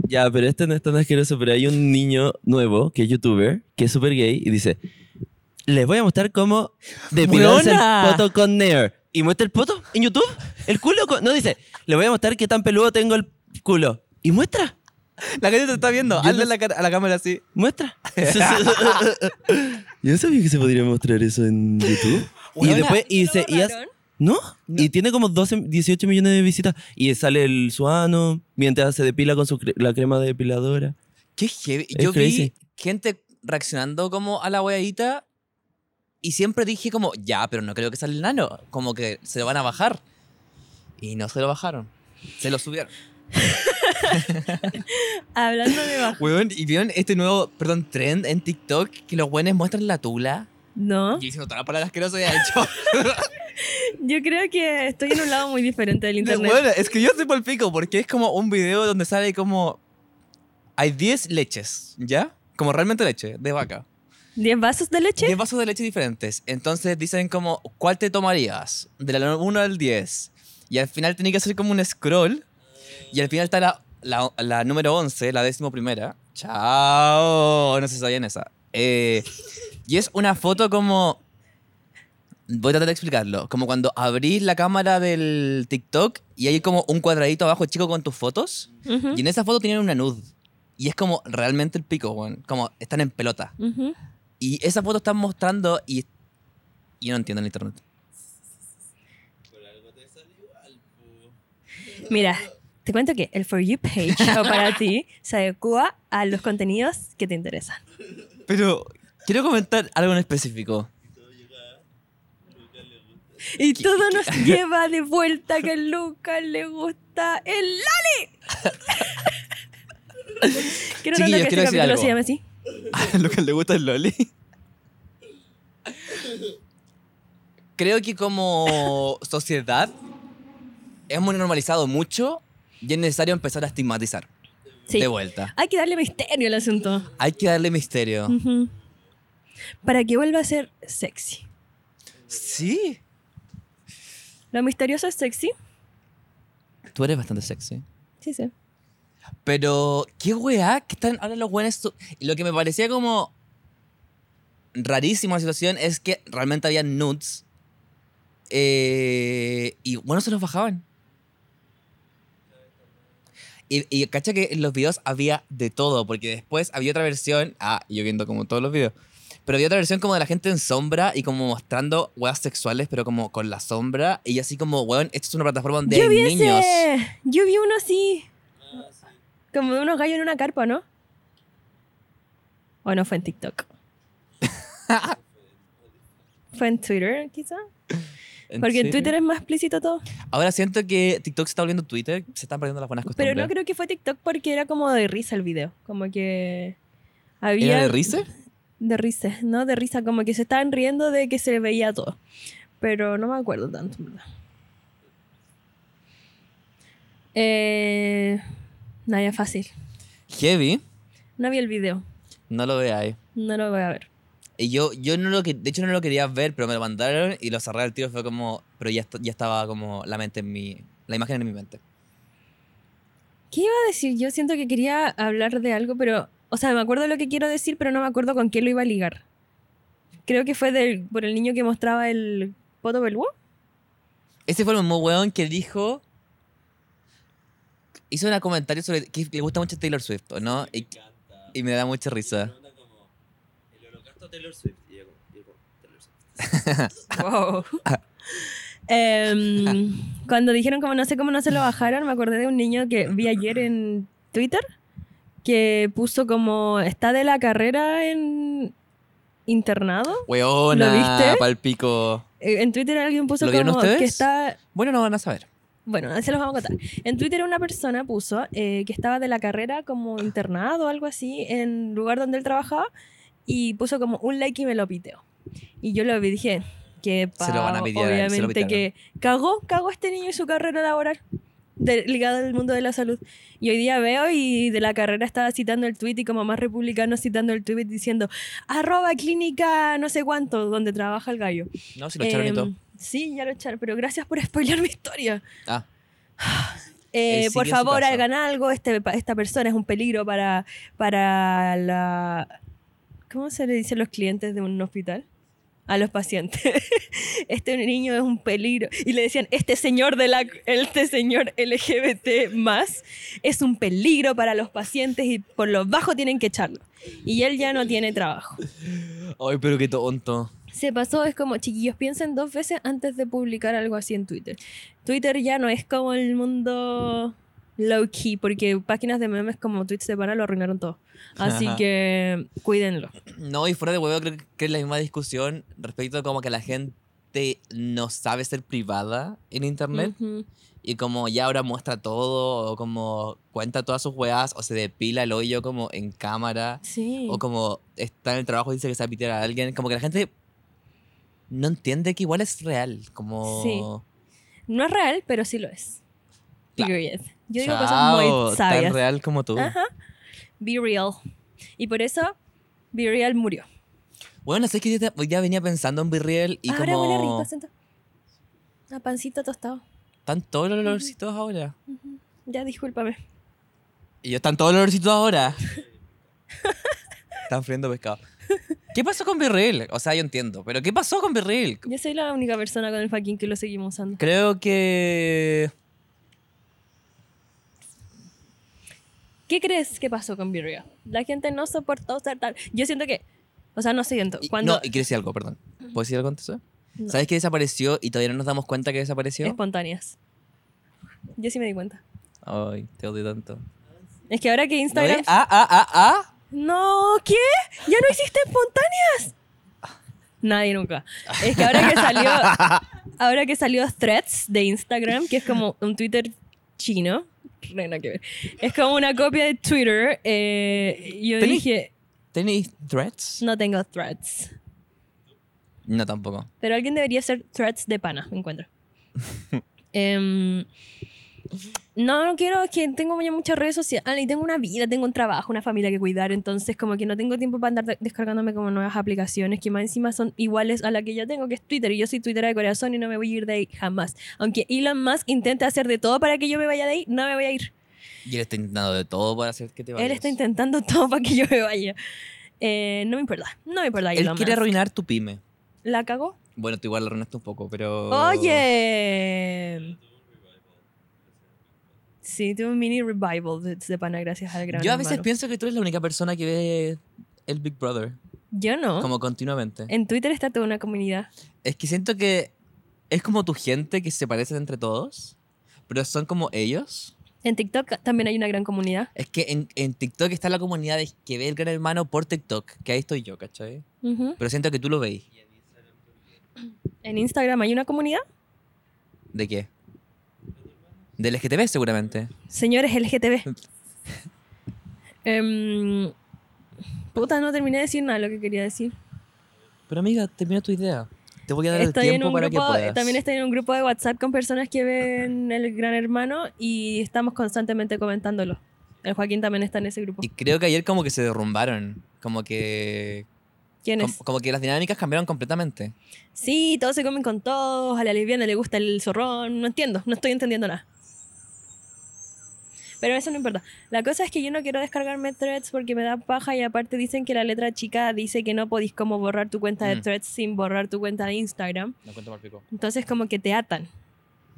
Speaker 4: Ya, pero este no es tan asqueroso, pero hay un niño nuevo que es youtuber, que es súper gay y dice, les voy a mostrar cómo depilarse el
Speaker 2: ¡Weona!
Speaker 4: poto con Nair. Y muestra el poto en YouTube, el culo, con- no dice, les voy a mostrar qué tan peludo tengo el culo. Y muestra,
Speaker 2: La gente te está viendo.
Speaker 4: Yo
Speaker 2: Hazle
Speaker 4: no-
Speaker 2: la cara- a la cámara así.
Speaker 4: muestra. Yo no sabía que se podría mostrar eso en YouTube. y
Speaker 2: Weona,
Speaker 4: después, y
Speaker 1: ¿Se
Speaker 4: se,
Speaker 1: lo
Speaker 4: y hace-
Speaker 1: borraron?
Speaker 4: ¿No?
Speaker 2: No.
Speaker 4: Y tiene como 12, 18 millones de visitas. Y sale el suano mientras se depila con su cre- la crema depiladora.
Speaker 2: Qué heavy.
Speaker 4: Es
Speaker 2: Yo vi
Speaker 4: crazy.
Speaker 2: gente reaccionando como a la weadita y siempre dije como, ya, pero no creo que salga el nano. Como que se lo van a bajar. Y no se lo bajaron. Se lo subieron.
Speaker 1: Hablando de bajo.
Speaker 2: Weón, y vieron este nuevo, perdón, trend en TikTok que los weones muestran la tula.
Speaker 1: No.
Speaker 4: ¿Ah?
Speaker 2: Y diciendo todas las palabras que no se había hecho.
Speaker 1: Yo creo que estoy en un lado muy diferente del internet.
Speaker 2: Weón, es que yo sé por el pico porque es como un video donde sale como... Hay 10 leches, ¿ya? Como realmente leche, de vaca.
Speaker 1: ¿Diez vasos de leche?
Speaker 2: 10 vasos de leche diferentes. Entonces dicen como, ¿cuál te tomarías? De la 1 al 10. Y al final tenía que hacer como un scroll. Y al final está la, la, la número 11, la décimo primera. Chao. No se sabían esa. Eh, y es una foto como... Voy a tratar de explicarlo. Como cuando abrís la cámara del TikTok y hay como un cuadradito abajo chico con tus fotos.
Speaker 1: Ujú,
Speaker 2: Y en esa foto tienen una nud. Y es como realmente el pico, weón. Como están en pelota.
Speaker 1: ujú.
Speaker 2: Y esa foto están mostrando y. Y no entiendo el internet.
Speaker 3: Por algo te sale igual, po.
Speaker 1: Mira, te cuento que el For You page o para ti se adecua a los contenidos que te interesan.
Speaker 2: Pero quiero comentar algo en específico.
Speaker 3: Y todo llega. Nunca le gusta.
Speaker 1: Y todo nos lleva de vuelta que a Lucas le gusta el Loli. quiero notar que este
Speaker 2: Chiquillos, quiero decir
Speaker 1: capítulo
Speaker 2: algo.
Speaker 1: se llama así.
Speaker 2: Lo que le gusta es Loli. Creo que como sociedad hemos normalizado mucho y es necesario empezar a estigmatizar.
Speaker 1: Sí.
Speaker 2: De vuelta.
Speaker 1: Hay que darle misterio al asunto.
Speaker 2: Hay que darle misterio.
Speaker 1: Ujú. Para que vuelva a ser sexy.
Speaker 2: Sí.
Speaker 1: ¿Lo misterioso es sexy?
Speaker 2: Tú eres bastante sexy.
Speaker 1: Sí, sí.
Speaker 2: Pero, qué weá, que están ahora los weones. su- y Lo que me parecía como rarísimo la situación es que realmente había nudes. eh, y bueno, se los bajaban. Y, y cacha que en los videos había de todo, porque después había otra versión. Ah, yo viendo como todos los videos. Pero había otra versión como de la gente en sombra y como mostrando weas sexuales, pero como con la sombra. Y así como, weón, esto es una plataforma donde
Speaker 1: Yo
Speaker 2: hay
Speaker 1: vi ese-
Speaker 2: niños.
Speaker 1: Yo vi uno así,
Speaker 3: Ah, sí.
Speaker 1: como de unos gallos en una carpa, ¿no? O no fue en TikTok. fue en Twitter, quizá. Porque en
Speaker 2: serio?
Speaker 1: Twitter es más explícito todo.
Speaker 2: Ahora siento que TikTok se está volviendo Twitter, se están perdiendo las buenas costumbres.
Speaker 1: Pero no creo que fue TikTok porque era como de risa el video. Como que había...
Speaker 2: ¿Era de risa?
Speaker 1: De risa, ¿no? De risa, como que se estaban riendo de que se veía todo. Pero no me acuerdo tanto, en ¿verdad? Eh, nada, fácil.
Speaker 2: Heavy,
Speaker 1: No vi el video.
Speaker 2: no lo veáis.
Speaker 1: No lo voy a ver.
Speaker 2: Y yo, yo no lo que, de hecho no lo quería ver, pero me lo mandaron y lo cerré al tiro. Fue como, pero ya, est- ya estaba como la mente en mi, la imagen en mi mente.
Speaker 1: ¿Qué iba a decir? Yo siento que quería hablar de algo, pero... O sea, me acuerdo lo que quiero decir, pero no me acuerdo con qué lo iba a ligar. Creo que fue del, por el niño que mostraba el poto peludo.
Speaker 2: Ese fue el mismo weón que dijo, hizo un comentario sobre que le gusta mucho Taylor Swift, ¿o ¿no?
Speaker 3: Me
Speaker 2: Y,
Speaker 3: encanta.
Speaker 2: y me da mucha risa.
Speaker 3: Una onda como, El holocausto a Taylor Swift. Y yo como, yo como, Taylor Swift.
Speaker 1: Wow. Em, cuando dijeron como no sé cómo no se lo bajaron, me acordé de un niño que vi ayer en Twitter que puso como está de la carrera en internado.
Speaker 2: Weona,
Speaker 1: ¿Lo viste?
Speaker 2: palpico.
Speaker 1: Eh, En Twitter alguien puso
Speaker 2: ¿Lo vieron
Speaker 1: como
Speaker 2: ustedes?
Speaker 1: que está
Speaker 2: Bueno, no van a saber.
Speaker 1: Bueno, se los vamos a contar. En Twitter una persona puso eh, que estaba de la carrera como internado o algo así en lugar donde él trabajaba y puso como un like y me lo piteo. Y yo lo vi y dije, que
Speaker 2: Se lo van a pitear, se lo
Speaker 1: obviamente
Speaker 2: pitearon.
Speaker 1: que cagó, cagó este niño y su carrera laboral de- ligada al mundo de la salud. Y hoy día veo y de la carrera estaba citando el tweet y como más republicano citando el tweet diciendo arroba clínica no sé cuánto donde trabaja el gallo.
Speaker 2: No, si lo echaron y
Speaker 1: Em,
Speaker 2: todo.
Speaker 1: Sí, ya lo echaron, pero gracias por spoiler mi historia.
Speaker 2: Ah,
Speaker 1: Eh,
Speaker 2: Él
Speaker 1: por
Speaker 2: sigue su
Speaker 1: favor,
Speaker 2: casa.
Speaker 1: hagan algo. Este, pa- esta persona es un peligro para, para la. ¿Cómo se le dice a los clientes de un hospital? A los pacientes. este niño es un peligro. Y le decían, este señor de la este señor LGBT más es un peligro para los pacientes y por lo bajo tienen que echarlo. Y él ya no tiene trabajo.
Speaker 2: ay, pero qué tonto.
Speaker 1: Se pasó, es como, chiquillos, piensen dos veces antes de publicar algo así en Twitter. Twitter ya no es como el mundo low key, porque páginas de memes como Twitch de pana lo arruinaron todo. Así que cuídenlo.
Speaker 2: No, y fuera de huevo, creo que es la misma discusión respecto a como que la gente no sabe ser privada en internet
Speaker 1: Ujú.
Speaker 2: y como ya ahora muestra todo o como cuenta todas sus weas o se depila el hoyo como en cámara
Speaker 1: Sí.
Speaker 2: o como está en el trabajo y dice que se va a pitear a alguien. Como que la gente no entiende que igual es real. Como...
Speaker 1: Sí. No es real, pero sí lo es.
Speaker 2: Claro.
Speaker 1: Period. Yo digo
Speaker 2: Chao,
Speaker 1: cosas muy
Speaker 2: Tan
Speaker 1: sabias.
Speaker 2: real Uh. como tú.
Speaker 1: Ajá. Be real. Y por eso, Be real murió.
Speaker 2: Bueno, sé que yo te- hoy día venía pensando en Virreal y
Speaker 1: Ahora huele Ah, rico,
Speaker 2: como...
Speaker 1: siento. A pancito tostado.
Speaker 2: Están todos los olorcitos ahora.
Speaker 1: Ujú. Ya, discúlpame.
Speaker 2: Y yo están todos los olorcitos ahora. están friendo pescado. ¿Qué pasó con Virreal? O sea, yo entiendo, pero ¿qué pasó con Virreal?
Speaker 1: Yo soy la única persona con el fucking que lo seguimos usando.
Speaker 2: Creo que...
Speaker 1: ¿Qué crees que pasó con Virreal? La gente no soportó usar tal. Yo siento que. O sea, no siento.
Speaker 2: y-
Speaker 1: Cuando.
Speaker 2: No, y quiero decir algo, perdón. ¿Puedo decir algo antes? eh?
Speaker 1: No,
Speaker 2: ¿Sabes que desapareció y todavía no nos damos cuenta que desapareció?
Speaker 1: Espontáneas. Yo sí me di cuenta.
Speaker 2: Ay, te odio tanto.
Speaker 1: Es que ahora que
Speaker 2: ¿No ves?
Speaker 1: Instagram.
Speaker 2: Ah, ah, ah, ah.
Speaker 1: No, ¿qué? ¿Ya no hiciste espontáneas? Nadie nunca. Es que ahora que salió. ahora que salió Threads de Instagram, que es como un Twitter chino. No, hay nada que ver. Es como una copia de Twitter. eh, yo
Speaker 2: Tení-
Speaker 1: dije,
Speaker 2: ¿Tenéis threats?
Speaker 1: no tengo threads. Mm.
Speaker 2: No, tampoco.
Speaker 1: Pero alguien debería ser threads de pana, me encuentro. Em, no, no quiero, es que tengo ya muchas redes sociales y tengo una vida, tengo un trabajo, una familia que cuidar, entonces como que no tengo tiempo para andar de- descargándome como nuevas aplicaciones que más encima son iguales a la que ya tengo, que es Twitter, y yo soy Twitter de corazón y no me voy a ir de ahí jamás. Aunque Elon Musk intente hacer de todo para que yo me vaya de ahí, no me voy a ir.
Speaker 2: Y él está intentando de todo para hacer que te vayas.
Speaker 1: Él está intentando todo para que yo me vaya. Eh, no me importa, no me importa
Speaker 2: Él
Speaker 1: Elon
Speaker 2: quiere
Speaker 1: Musk.
Speaker 2: arruinar tu pyme.
Speaker 1: ¿La cagó?
Speaker 2: Bueno, tú igual lo arruinaste un poco, pero...
Speaker 1: Oye. Sí, tuve un mini revival de, de pana gracias al gran
Speaker 2: Yo a veces
Speaker 1: hermano.
Speaker 2: pienso que tú eres la única persona que ve el Big Brother,
Speaker 1: Yo no.
Speaker 2: como continuamente.
Speaker 1: En Twitter está toda una comunidad.
Speaker 2: Es que siento que es como tu gente que se parecen entre todos, pero son como ellos.
Speaker 1: En TikTok también hay una gran comunidad.
Speaker 2: Es que en, en TikTok está la comunidad de que ve el gran hermano por TikTok, que ahí estoy yo, ¿cachai?
Speaker 1: Ujú.
Speaker 2: Pero siento que tú lo veis.
Speaker 1: En Instagram hay una comunidad.
Speaker 2: ¿De qué? Del LGTB seguramente.
Speaker 1: Señores LGTB. Em, puta, no terminé de decir nada de lo que quería decir.
Speaker 2: Pero amiga, termina tu idea. Te voy a dar
Speaker 1: Estoy
Speaker 2: el
Speaker 1: en
Speaker 2: tiempo
Speaker 1: un
Speaker 2: para
Speaker 1: grupo,
Speaker 2: que puedas.
Speaker 1: también estoy en un grupo de WhatsApp con personas que ven el Gran Hermano y estamos constantemente comentándolo. El Joaquín también está en ese grupo.
Speaker 2: Y creo que ayer como que se derrumbaron. Como que...
Speaker 1: ¿Quién
Speaker 2: com-
Speaker 1: es?
Speaker 2: Como, que las dinámicas cambiaron completamente.
Speaker 1: Sí, todos se comen con todos, a la lesbiana le gusta el zorrón, no entiendo, no estoy entendiendo nada. Pero eso no importa. La cosa es que yo no quiero descargarme threads porque me da paja y aparte dicen que la letra chica dice que no podís como borrar tu cuenta de
Speaker 2: Mm.
Speaker 1: threads sin borrar tu cuenta de Instagram.
Speaker 2: No cuento mal pico.
Speaker 1: Entonces como que te atan.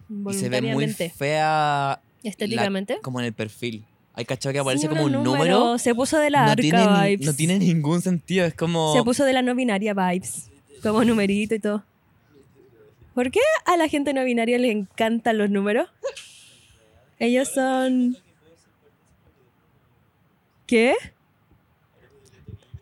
Speaker 2: Y se ve muy
Speaker 1: Voluntariamente.
Speaker 2: fea
Speaker 1: estéticamente.
Speaker 2: como en el perfil. Hay cachado que aparece
Speaker 1: Sí,
Speaker 2: como un
Speaker 1: unos
Speaker 2: número.
Speaker 1: números, Se puso de la
Speaker 2: no,
Speaker 1: arca
Speaker 2: tiene ni-
Speaker 1: vibes.
Speaker 2: no tiene ningún sentido. Es como...
Speaker 1: Se puso de la no binaria vibes, como numerito y todo. ¿Por qué a la gente no binaria le encantan los números? Ellos son... ¿Qué?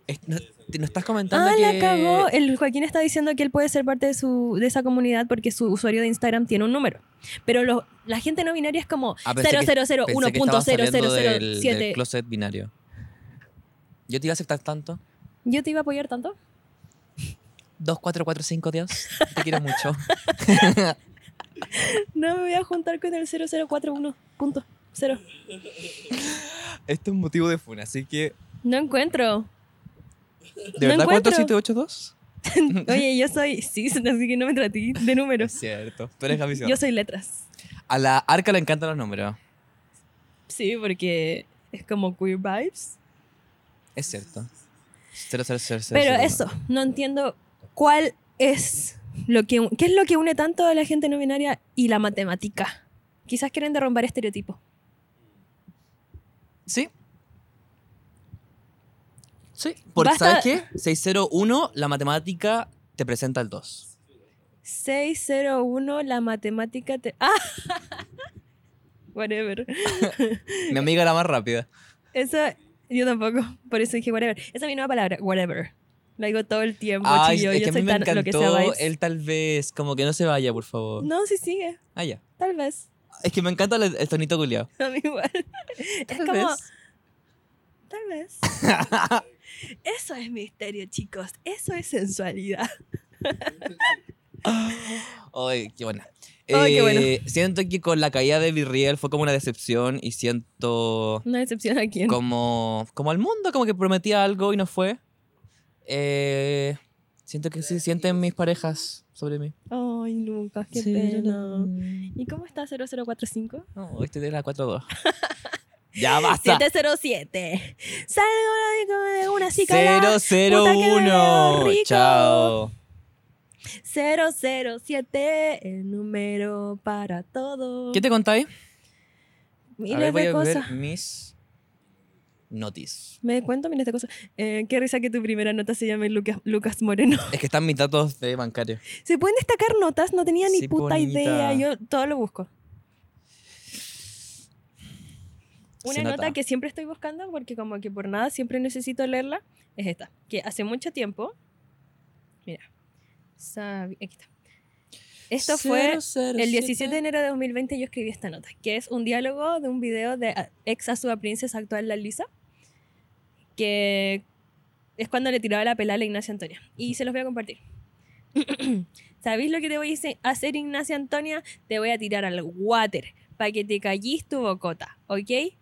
Speaker 2: Es- no- te- nos estás comentando
Speaker 1: Ah,
Speaker 2: que...
Speaker 1: la cagó. El Joaquín está diciendo que él puede ser parte de, su, de esa comunidad porque su usuario de Instagram tiene un número. Pero los- la gente no binaria es como
Speaker 2: Ah, pensé que- Pensé que estabas saliendo del, del
Speaker 1: 0001007.
Speaker 2: closet binario. Yo te iba a aceptar tanto.
Speaker 1: Yo te iba a apoyar tanto.
Speaker 2: 2445 Dios. Te quiero mucho.
Speaker 1: No me voy a juntar con el 0041.0.
Speaker 2: Este es un motivo de fun, así que.
Speaker 1: No encuentro. No
Speaker 2: ¿De verdad
Speaker 1: encuentro.
Speaker 2: 4782?
Speaker 1: Oye, yo soy cis, así que no me traté de
Speaker 2: Es
Speaker 1: números.
Speaker 2: cierto. Tú eres Javi Sierra.
Speaker 1: Yo soy letras.
Speaker 2: A la arca le encantan los números.
Speaker 1: Sí, porque es como queer vibes.
Speaker 2: Es cierto. 0000.
Speaker 1: Pero eso, no entiendo cuál es lo que un- qué es lo que une tanto a la gente no binaria y la matemática. Quizás quieren derrumbar estereotipos.
Speaker 2: Sí. Sí. Porque
Speaker 1: Basta-
Speaker 2: ¿sabes qué? 601, la matemática te presenta el 2.
Speaker 1: 601 la matemática te Ah. Whatever.
Speaker 2: Mi amiga la más rápida.
Speaker 1: Esa yo tampoco, por eso dije whatever. Esa es mi nueva palabra, whatever. La digo todo el tiempo,
Speaker 2: Ay,
Speaker 1: chillo,
Speaker 2: es
Speaker 1: yo
Speaker 2: que a mí
Speaker 1: soy
Speaker 2: me
Speaker 1: tan lo que sea
Speaker 2: encantó
Speaker 1: vibes.
Speaker 2: él tal vez. Como que no se vaya, por favor.
Speaker 1: No, sí sigue,
Speaker 2: Ah, ya.
Speaker 1: tal vez.
Speaker 2: Es que me encanta el, el tonito culiado.
Speaker 1: A mí igual. Es como, tal vez. Eso es misterio, chicos. Eso es sensualidad.
Speaker 2: Ay, qué buena.
Speaker 1: Ay, qué bueno.
Speaker 2: Eh, Siento que con la caída de Virriel fue como una decepción y siento
Speaker 1: Una excepción a quién.
Speaker 2: como, como al mundo, como que prometía algo y no fue. Eh, siento que sí, sienten mis parejas sobre mí.
Speaker 1: Ay, Lucas, qué pena. ¿Y cómo está 0045?
Speaker 2: No, este de la 4-2. ya basta.
Speaker 1: 707. Salgo de una cicatriz.
Speaker 2: 001.
Speaker 1: puta que rico.
Speaker 2: Chao.
Speaker 1: 007, el número para todo.
Speaker 2: ¿Qué te contáis? A ver,
Speaker 1: Miles
Speaker 2: voy
Speaker 1: de
Speaker 2: a ver
Speaker 1: cosas.
Speaker 2: mis notis.
Speaker 1: Me cuento miles de cosas. Eh, qué risa que tu primera nota se llame Lucas, Lucas Moreno.
Speaker 2: Es que están mis datos de bancario.
Speaker 1: ¿Se pueden destacar notas? No tenía ni
Speaker 2: Sí,
Speaker 1: puta
Speaker 2: bonita.
Speaker 1: idea. Yo todo lo busco. Una
Speaker 2: Se
Speaker 1: nota
Speaker 2: nota.
Speaker 1: que siempre estoy buscando porque como que por nada siempre necesito leerla es esta. Que hace mucho tiempo... Mira. sabi- Aquí está. Esto fue el 17 de enero de 2020 yo escribí esta nota, que es un diálogo de un video de a- ex Azúa Princesa actual La Lisa, que es cuando le tiraba la pelada a Ignacia Antonia. Y se los voy a compartir. ¿Sabéis lo que te voy a hice- hacer, Ignacia Antonia? Te voy a tirar al water para que te callís tu bocota, ¿ok?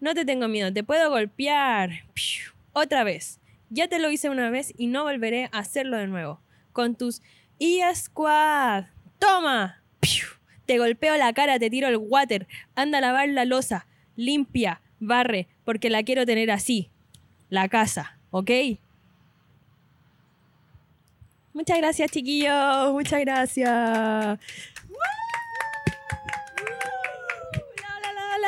Speaker 1: No te tengo miedo, te puedo golpear. Piu. Otra vez. Ya te lo hice una vez y no volveré a hacerlo de nuevo. Con tus IA Squad. ¡Toma! Piu. Te golpeo la cara, te tiro el water. Anda a lavar la losa. Limpia, barre, porque la quiero tener así. La casa, ¿ok? Muchas gracias, chiquillos. Muchas gracias. ¡Woo! ¡La, la, la,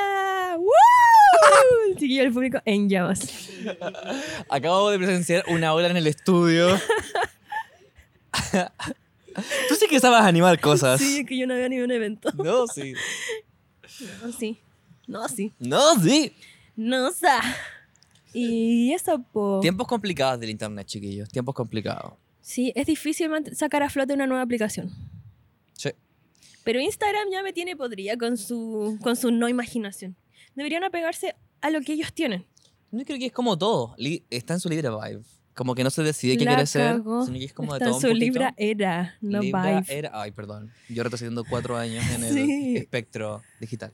Speaker 1: la! ¡Woo! Chiquillo, el público en llamas.
Speaker 2: Acabo de presenciar una ola en el estudio. Tú sí que sabes animar cosas.
Speaker 1: Sí, es que yo no había ni un evento.
Speaker 2: No, sí.
Speaker 1: No, sí. No, sí.
Speaker 2: No, sí.
Speaker 1: No, sa. Y eso, po.
Speaker 2: Tiempos complicados del internet, chiquillos. Tiempos complicados.
Speaker 1: Sí, es difícil mant- sacar a flote una nueva aplicación.
Speaker 2: Sí.
Speaker 1: Pero Instagram ya me tiene podrida con su, con su no imaginación. Deberían apegarse a lo que ellos tienen.
Speaker 2: No creo que es como todo. Li- está en su libre vibe. Como que no se decide qué
Speaker 1: La
Speaker 2: quiere ser,
Speaker 1: cagó.
Speaker 2: sino que es como de
Speaker 1: Está
Speaker 2: todo
Speaker 1: en
Speaker 2: un
Speaker 1: su
Speaker 2: poquito.
Speaker 1: Libra era, no
Speaker 2: Libra
Speaker 1: vibe.
Speaker 2: era- ay, perdón. Yo retrocediendo cuatro años en el
Speaker 1: Sí.
Speaker 2: espectro digital.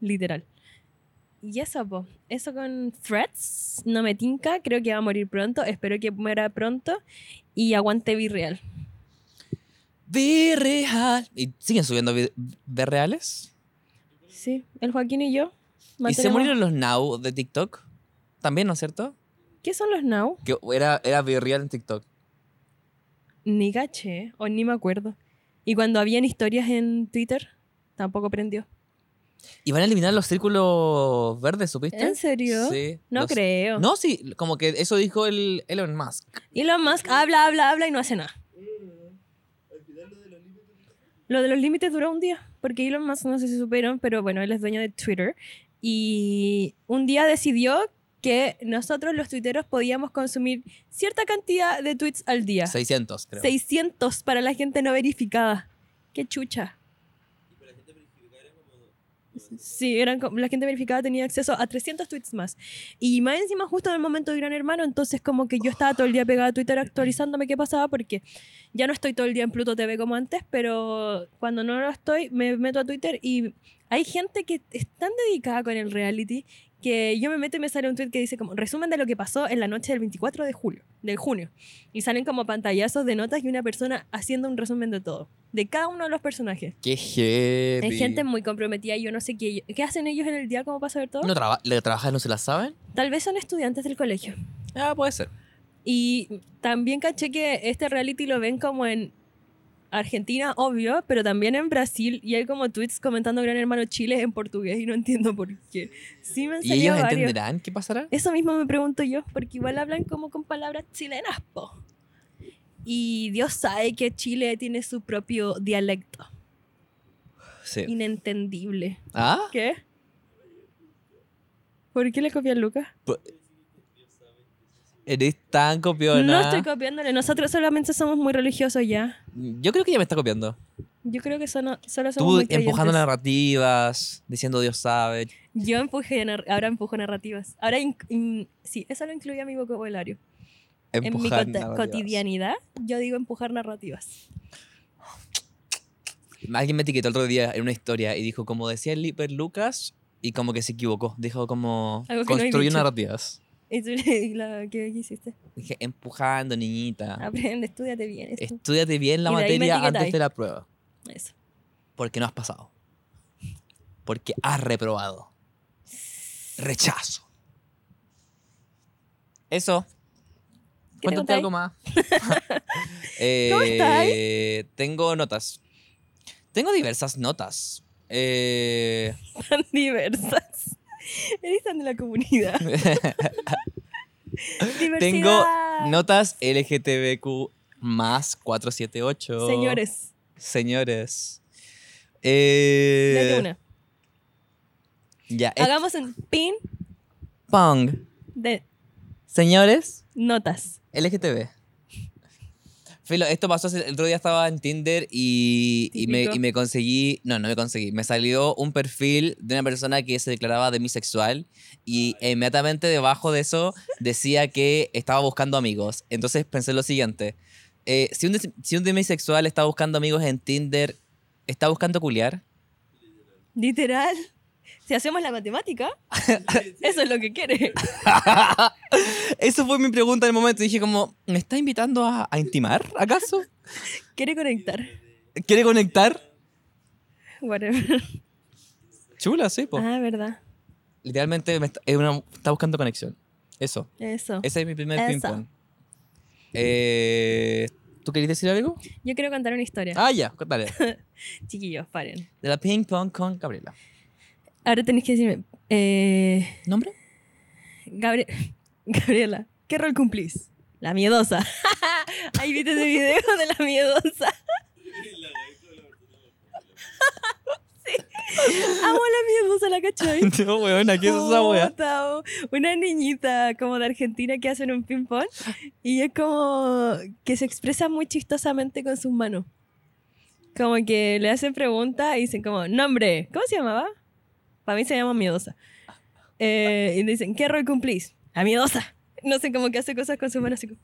Speaker 1: Literal. Y eso, po. Eso con Threads no me tinca. Creo que va a morir pronto. Espero que muera pronto. Y aguante Virreal.
Speaker 2: Virreal. ¿Y siguen subiendo vi- virreales?
Speaker 1: Sí, el Joaquín y yo.
Speaker 2: ¿Y se
Speaker 1: mantenemos-
Speaker 2: murieron los now de TikTok? También, ¿no es cierto?
Speaker 1: ¿Qué son los now?
Speaker 2: Que era, era virreal en TikTok.
Speaker 1: Ni caché, o ni me acuerdo. Y cuando habían historias en Twitter, tampoco prendió.
Speaker 2: Y van a eliminar los círculos verdes, ¿supiste?
Speaker 1: ¿En serio?
Speaker 2: Sí.
Speaker 1: No
Speaker 2: los-
Speaker 1: creo.
Speaker 2: No, sí, como que eso dijo el Elon Musk.
Speaker 1: Elon Musk habla, habla, habla y no hace nada. Lo de los límites duró un día, porque Elon Musk no sé si supieron, pero bueno, él es dueño de Twitter. Y un día decidió que nosotros los tuiteros podíamos consumir cierta cantidad de tweets al día.
Speaker 2: 600, creo.
Speaker 1: 600 para la gente no verificada. Qué chucha.
Speaker 3: Y para la gente verificada era como.
Speaker 1: Sí, eran, co- la gente verificada tenía acceso a 300 tweets más. Y más encima, justo en el momento de Gran Hermano, entonces como que yo estaba todo el día pegada a Twitter actualizándome qué pasaba, porque ya no estoy todo el día en Pluto TV como antes, pero cuando no lo estoy, me meto a Twitter y hay gente que es tan dedicada con el reality que yo me meto y me sale un tweet que dice como resumen de lo que pasó en la noche del 24 de julio, del junio. Y salen como pantallazos de notas y una persona haciendo un resumen de todo, de cada uno de los personajes.
Speaker 2: Qué heavy.
Speaker 1: Hay gente muy comprometida y yo no sé qué, qué hacen ellos en el día como para saber todo.
Speaker 2: ¿No traba- ¿Le trabajan no se la saben?
Speaker 1: Tal vez son estudiantes del colegio.
Speaker 2: Ah, puede ser.
Speaker 1: Y también caché que este reality lo ven como en Argentina, obvio, pero también en Brasil y hay como tweets comentando Gran Hermano Chile en portugués y no entiendo por qué. Sí me han
Speaker 2: ¿Y ellos
Speaker 1: salido varios.
Speaker 2: entenderán qué pasará?
Speaker 1: Eso mismo me pregunto yo, porque igual hablan como con palabras chilenas, po. Y Dios sabe que Chile tiene su propio dialecto,
Speaker 2: Sí.
Speaker 1: inentendible.
Speaker 2: ¿Ah?
Speaker 1: ¿Qué? ¿Por qué le copian Lucas?
Speaker 2: Eres tan copiona.
Speaker 1: No estoy copiándole, nosotros solamente somos muy religiosos ya.
Speaker 2: Yo creo que ella me está copiando.
Speaker 1: Yo creo que son- solo somos
Speaker 2: Tú
Speaker 1: muy creyentes.
Speaker 2: empujando narrativas, diciendo Dios sabe.
Speaker 1: Yo empujé, nar- ahora empujo narrativas. Ahora, in- in- sí, eso lo incluye a mi vocabulario. en mi
Speaker 2: Empujar
Speaker 1: cota-
Speaker 2: narrativas.
Speaker 1: cotidianidad, yo digo empujar narrativas.
Speaker 2: Alguien me etiquetó el otro día en una historia y dijo, como decía el Liper Lucas, y como que se equivocó. Dijo como,
Speaker 1: Algo que no he
Speaker 2: construye
Speaker 1: dicho".
Speaker 2: narrativas.
Speaker 1: Y tú le- la- ¿Qué hiciste?
Speaker 2: Dije, empujando, niñita.
Speaker 1: Aprende, estudiate bien. eso.
Speaker 2: Estúdiate bien la
Speaker 1: Ah, pues Y de ahí me
Speaker 2: materia antes
Speaker 1: etiquetáis.
Speaker 2: de la prueba.
Speaker 1: Eso.
Speaker 2: Porque no has pasado. Porque has reprobado. Rechazo. Eso.
Speaker 1: te
Speaker 2: Cuéntate
Speaker 1: contáis?
Speaker 2: algo más.
Speaker 1: ¿Cómo
Speaker 2: Eh, Tengo notas. Tengo diversas notas. Eh,
Speaker 1: Tan diversas. Eres tan de la comunidad.
Speaker 2: tengo
Speaker 1: Diversidad.
Speaker 2: notas LGTBQ más 478.
Speaker 1: Señores,
Speaker 2: Señores. Eh,
Speaker 1: date una.
Speaker 2: Ya, es
Speaker 1: Hagamos un pin
Speaker 2: Pong.
Speaker 1: de
Speaker 2: Señores.
Speaker 1: notas.
Speaker 2: LGTB. Filo, esto pasó hace- el otro día estaba en Tinder y, y me,
Speaker 1: Típico.
Speaker 2: y me conseguí, no, no me conseguí, me salió un perfil de una persona que se declaraba demisexual y inmediatamente debajo de eso decía que estaba buscando amigos. Entonces pensé lo siguiente, eh, si, un, des- si un demisexual está buscando amigos en Tinder, ¿está buscando culiar?
Speaker 1: Literal. Si hacemos la matemática, eso es lo que quiere.
Speaker 2: Eso fue mi pregunta en el momento. Dije como, ¿me está invitando a, a intimar acaso?
Speaker 1: Quiere conectar.
Speaker 2: ¿Quiere conectar?
Speaker 1: Whatever.
Speaker 2: Chula, sí, po.
Speaker 1: Ah, verdad.
Speaker 2: Literalmente me está, es una- está buscando conexión. Eso.
Speaker 1: Eso.
Speaker 2: Ese es mi primer
Speaker 1: Ah. Eso.
Speaker 2: ping-pong. Eh, ¿Tú querías decir algo?
Speaker 1: Yo quiero contar una historia.
Speaker 2: Ah, ya, cuéntale.
Speaker 1: Chiquillos, paren.
Speaker 2: De la ping-pong con Gabriela.
Speaker 1: Ahora tenés que decirme, eh,
Speaker 2: ¿Nombre?
Speaker 1: Gabri- Gabriela, ¿qué rol cumplís? La miedosa. Ahí viste ese video de la miedosa. sí. Amo la miedosa, la cachai.
Speaker 2: no, weón, aquí
Speaker 1: Puta, o- Una niñita como de Argentina que hacen un ping-pong y es como que se expresa muy chistosamente con sus manos. Como que le hacen preguntas y dicen como, nombre, ¿cómo se llamaba? Para mí se llama Miedosa. Eh, y dicen, ¿qué rol cumplís? A Miedosa. No sé, como que hace cosas con sus manos así como-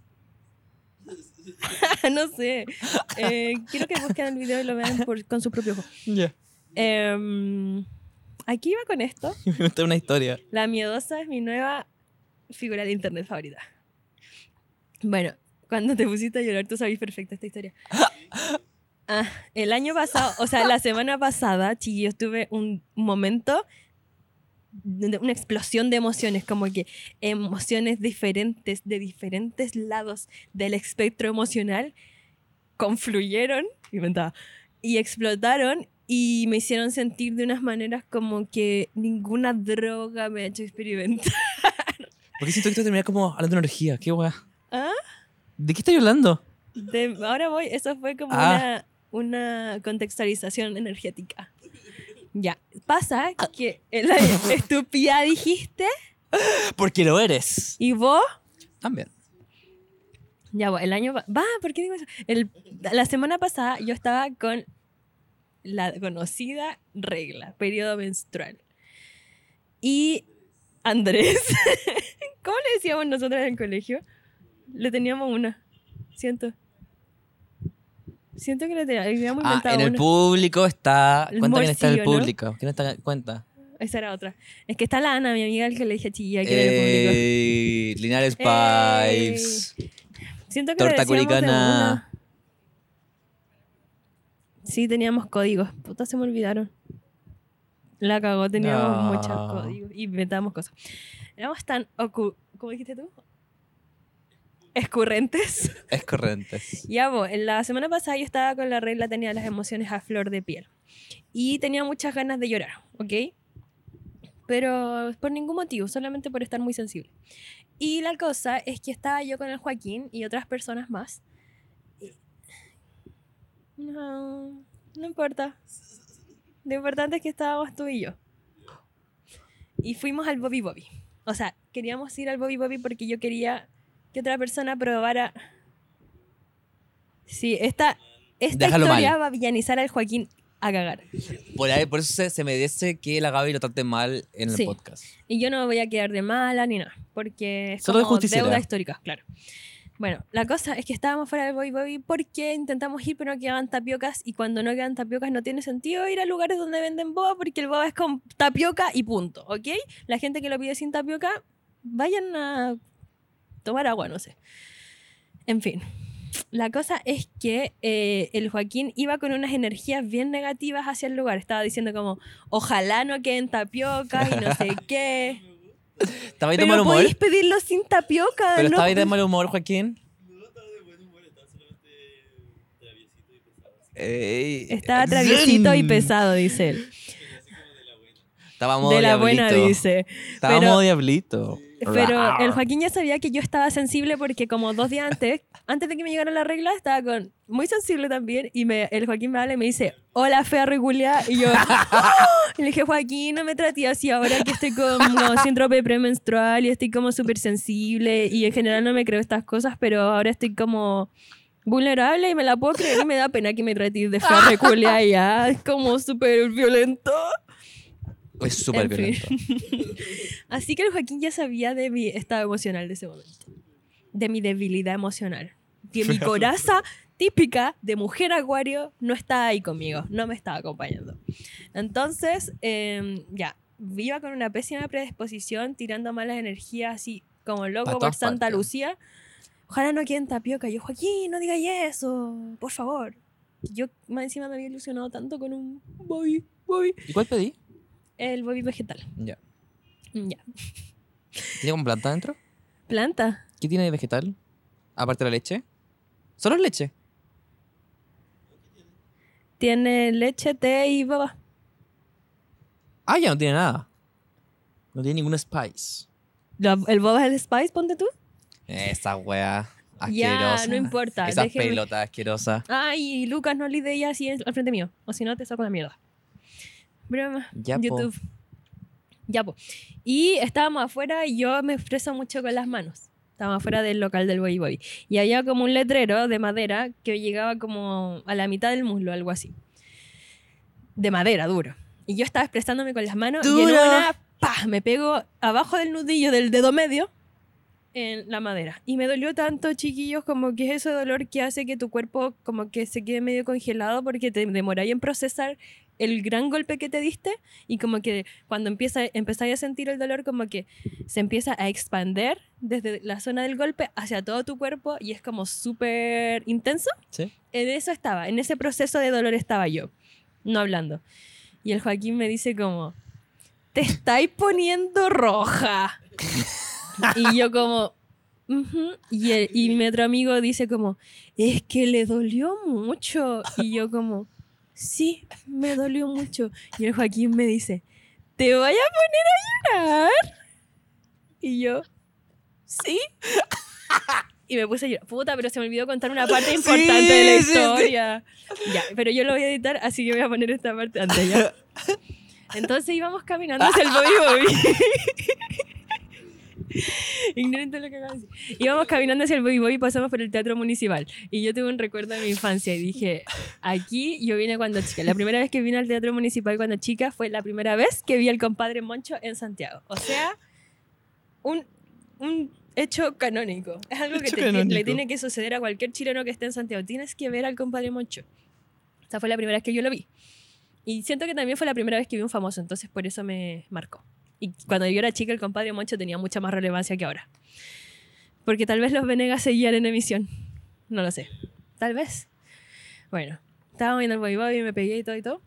Speaker 1: no sé. Eh, quiero que busquen el video y lo vean por- con su propio ojo.
Speaker 2: Ya.
Speaker 1: Em, aquí iba con esto.
Speaker 2: Me inventé una historia.
Speaker 1: La miedosa es mi nueva figura de internet favorita. Bueno, cuando te pusiste a llorar, tú sabes perfecta esta historia. Ah, el año pasado, o sea, la semana pasada, chiquillos, tuve un momento, de- una explosión de emociones, como que emociones diferentes, de diferentes lados del espectro emocional, confluyeron, inventaba, y explotaron y me hicieron sentir de unas maneras como que ninguna droga me ha hecho experimentar.
Speaker 2: Porque siento que esto termina como hablando de energía. Qué weá.
Speaker 1: ¿Ah?
Speaker 2: ¿De qué estoy hablando?
Speaker 1: De- ahora voy, eso fue como
Speaker 2: Ah.
Speaker 1: una, una contextualización energética. Ya, pasa que en la estupidez dijiste
Speaker 2: Porque lo eres.
Speaker 1: ¿Y vos?
Speaker 2: También.
Speaker 1: Ya, bueno, el año... pa- Va, ¿por qué digo eso? El- la semana pasada yo estaba con la conocida regla, periodo menstrual. Y Andrés, ¿cómo le decíamos nosotras en el colegio? Le teníamos una, siento. Siento que le teníamos
Speaker 2: Ah,
Speaker 1: inventada
Speaker 2: en el
Speaker 1: una.
Speaker 2: público está.
Speaker 1: El
Speaker 2: Cuenta quién está en el
Speaker 1: morcillo, ¿no?
Speaker 2: público. ¿Quién está? Cuenta.
Speaker 1: Esa era otra. Es que está la Ana, mi amiga, al que le dije chilla, que
Speaker 2: Eh,
Speaker 1: era el público.
Speaker 2: Ey, Eh, Linares Pipes.
Speaker 1: Siento que le
Speaker 2: Torta
Speaker 1: decíamos de
Speaker 2: curicana.
Speaker 1: una. Sí, teníamos códigos. Puta, se me olvidaron. La cagó, teníamos
Speaker 2: No.
Speaker 1: muchos códigos. Inventábamos cosas. Éramos tan ocu... ¿Cómo dijiste tú? Escurrentes.
Speaker 2: Es corrientes.
Speaker 1: Ya, vos, en la semana pasada yo estaba con la regla, tenía las emociones a flor de piel. Y tenía muchas ganas de llorar, ¿ok? Pero por ningún motivo, solamente por estar muy sensible. Y la cosa es que estaba yo con el Joaquín y otras personas más. Y- No, no importa. Lo importante es que estábamos tú y yo. Y fuimos al Bobby Bobby. O sea, queríamos ir al Bobby Bobby porque yo quería que otra persona probara. Sí, esta, esta
Speaker 2: Déjalo
Speaker 1: historia
Speaker 2: mal.
Speaker 1: va a villanizar al Joaquín a cagar.
Speaker 2: Por, ahí, por eso se, se merece que la Gaby lo trate mal en el
Speaker 1: Sí.
Speaker 2: podcast.
Speaker 1: Y yo no me voy a quedar de mala ni nada, porque es
Speaker 2: Solo de
Speaker 1: como
Speaker 2: justiciera.
Speaker 1: deuda histórica, claro. Bueno, la cosa es que estábamos fuera del Boy Bobby porque intentamos ir, pero no quedaban tapiocas. Y cuando no quedan tapiocas, no tiene sentido ir a lugares donde venden boba porque el boba es con tapioca y punto, ¿ok? La gente que lo pide sin tapioca, vayan a tomar agua, no sé. En fin. La cosa es que eh, el Joaquín iba con unas energías bien negativas hacia el lugar. Estaba diciendo como, ojalá no queden tapiocas y no sé qué.
Speaker 2: ¿Estaba ahí de mal
Speaker 1: Pero
Speaker 2: humor?
Speaker 1: podéis pedirlo sin tapioca.
Speaker 2: ¿Pero
Speaker 1: ¿no?
Speaker 2: estaba ahí de mal humor, Joaquín?
Speaker 3: No, estaba de buen humor, estaba solamente traviesito y pesado. Así
Speaker 2: Ey,
Speaker 1: Estaba traviesito y
Speaker 2: zen.
Speaker 1: pesado, dice él.
Speaker 3: pero así como de la buena.
Speaker 2: Estaba modo
Speaker 1: de la
Speaker 2: diablito.
Speaker 1: buena, dice.
Speaker 2: Estaba
Speaker 1: pero-
Speaker 2: modo diablito.
Speaker 1: Pero el Joaquín ya sabía que yo estaba sensible porque como dos días antes, antes de que me llegara la regla, estaba con muy sensible también y me, el Joaquín me habla y me dice, hola fea regulia y yo ¡Ah! y le dije, Joaquín, no me traté así ahora que estoy como síndrome premenstrual y estoy como súper sensible y en general no me creo estas cosas, pero ahora estoy como vulnerable y me la puedo creer y me da pena que me trates de fea regulia ya, es como súper violento.
Speaker 2: Es
Speaker 4: pues,
Speaker 1: En
Speaker 2: súper
Speaker 1: fin.
Speaker 2: violento.
Speaker 1: Así que el Joaquín ya sabía de mi estado emocional de ese momento, de mi debilidad emocional, que mi coraza típica de mujer acuario no estaba ahí conmigo, no me estaba acompañando. Entonces, em, ya, iba con una pésima predisposición, tirando malas energías así como
Speaker 2: Pa'
Speaker 1: loco por
Speaker 2: todas
Speaker 1: Santa
Speaker 2: partes.
Speaker 1: Lucía. Ojalá no queden tapioca. Yo, Joaquín, no digas eso, por favor. Yo más encima me había ilusionado tanto con un Bobby, Bobby,
Speaker 2: ¿Y cuál pedí?
Speaker 1: el Bobby vegetal.
Speaker 2: Ya.
Speaker 1: Ya.
Speaker 2: ¿Tiene como planta dentro?
Speaker 1: Planta.
Speaker 2: ¿Qué tiene de vegetal? Aparte de la leche. Solo es leche.
Speaker 1: Tiene leche, té y baba.
Speaker 2: Ah, ya no tiene nada. No tiene ningún spice.
Speaker 1: La- el boba es el spice, ponte tú.
Speaker 2: Esa wea
Speaker 1: Ya,
Speaker 2: asquerosa.
Speaker 1: no importa.
Speaker 2: Esa
Speaker 1: déjeme-
Speaker 2: pelota asquerosa.
Speaker 1: Ay, Lucas, no lides ya así en- al frente mío. O si no, te saco la mierda. Broma.
Speaker 2: Ya, po.
Speaker 1: YouTube. Ya, po. Y estábamos afuera y yo me expreso mucho con las manos. Estábamos afuera del local del Boy Boy. Y había como un letrero de madera que llegaba como a la mitad del muslo, algo así. De madera, duro. Y yo estaba expresándome con las manos y en
Speaker 2: Duro.
Speaker 1: una, ¡pah! me pego abajo del nudillo del dedo medio en la madera. Y me dolió tanto, chiquillos, como que es ese dolor que hace que tu cuerpo como que se quede medio congelado porque te demoráis en procesar el gran golpe que te diste y como que cuando empieza, empezáis a sentir el dolor como que se empieza a expander desde la zona del golpe hacia todo tu cuerpo y es como súper intenso.
Speaker 2: Sí.
Speaker 1: En eso estaba, en ese proceso de dolor estaba yo, no hablando. Y el Joaquín me dice como, te estáis poniendo roja. y yo como, "Ujú". y, el- y mi otro amigo dice como, es que le dolió mucho. Y yo como, sí, me dolió mucho. Y el Joaquín me dice, ¿te voy a poner a llorar? Y yo, ¿sí? Y me puse a llorar. Puta, pero se me olvidó contar una parte importante de la
Speaker 2: sí, sí.
Speaker 1: historia. Ya, pero yo lo voy a editar, así que voy a poner esta parte antes ya. Entonces íbamos caminando hacia el Bobby Bobby. Ignorante lo que acabo de decir. Íbamos caminando hacia el Bobby Bobby y pasamos por el teatro municipal. Y yo tuve un recuerdo de mi infancia y dije, aquí yo vine cuando chica. La primera vez que vine al teatro municipal cuando chica fue la primera vez que vi al compadre Moncho en Santiago. O sea, un, un hecho canónico. Es algo que
Speaker 2: Hecho
Speaker 1: te-
Speaker 2: canónico.
Speaker 1: le tiene que suceder a cualquier chileno que esté en Santiago. Tienes que ver al compadre Moncho. Esa fue la primera vez que yo lo vi. Y siento que también fue la primera vez que vi un famoso, entonces por eso me marcó. Y cuando yo era chica, el compadre Moncho tenía mucha más relevancia que ahora. Porque tal vez los Venegas seguían en emisión. No lo sé. Tal vez. Bueno, estaba viendo el Bobby Bobby, me pegué y todo y todo.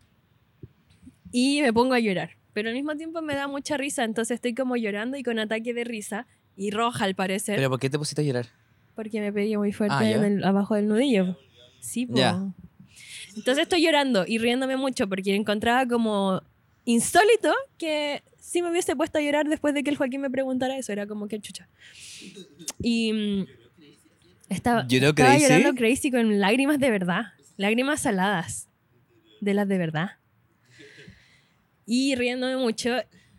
Speaker 1: Y me pongo a llorar. Pero al mismo tiempo me da mucha risa, entonces estoy como llorando y con ataque de risa. Y roja al parecer.
Speaker 2: ¿Pero por qué te pusiste a llorar?
Speaker 1: Porque me pegué muy fuerte
Speaker 2: Ah, ya.
Speaker 1: en el- abajo del nudillo. Sí, po.
Speaker 2: Ya.
Speaker 1: Entonces estoy llorando y riéndome mucho porque encontraba como insólito que si me hubiese puesto a llorar después de que el Joaquín me preguntara eso. Era como que chucha. Y mm, estaba,
Speaker 2: ¿Lloró
Speaker 1: estaba
Speaker 2: Crazy?
Speaker 1: llorando crazy con lágrimas de verdad. Lágrimas saladas. De las de verdad. Y riéndome mucho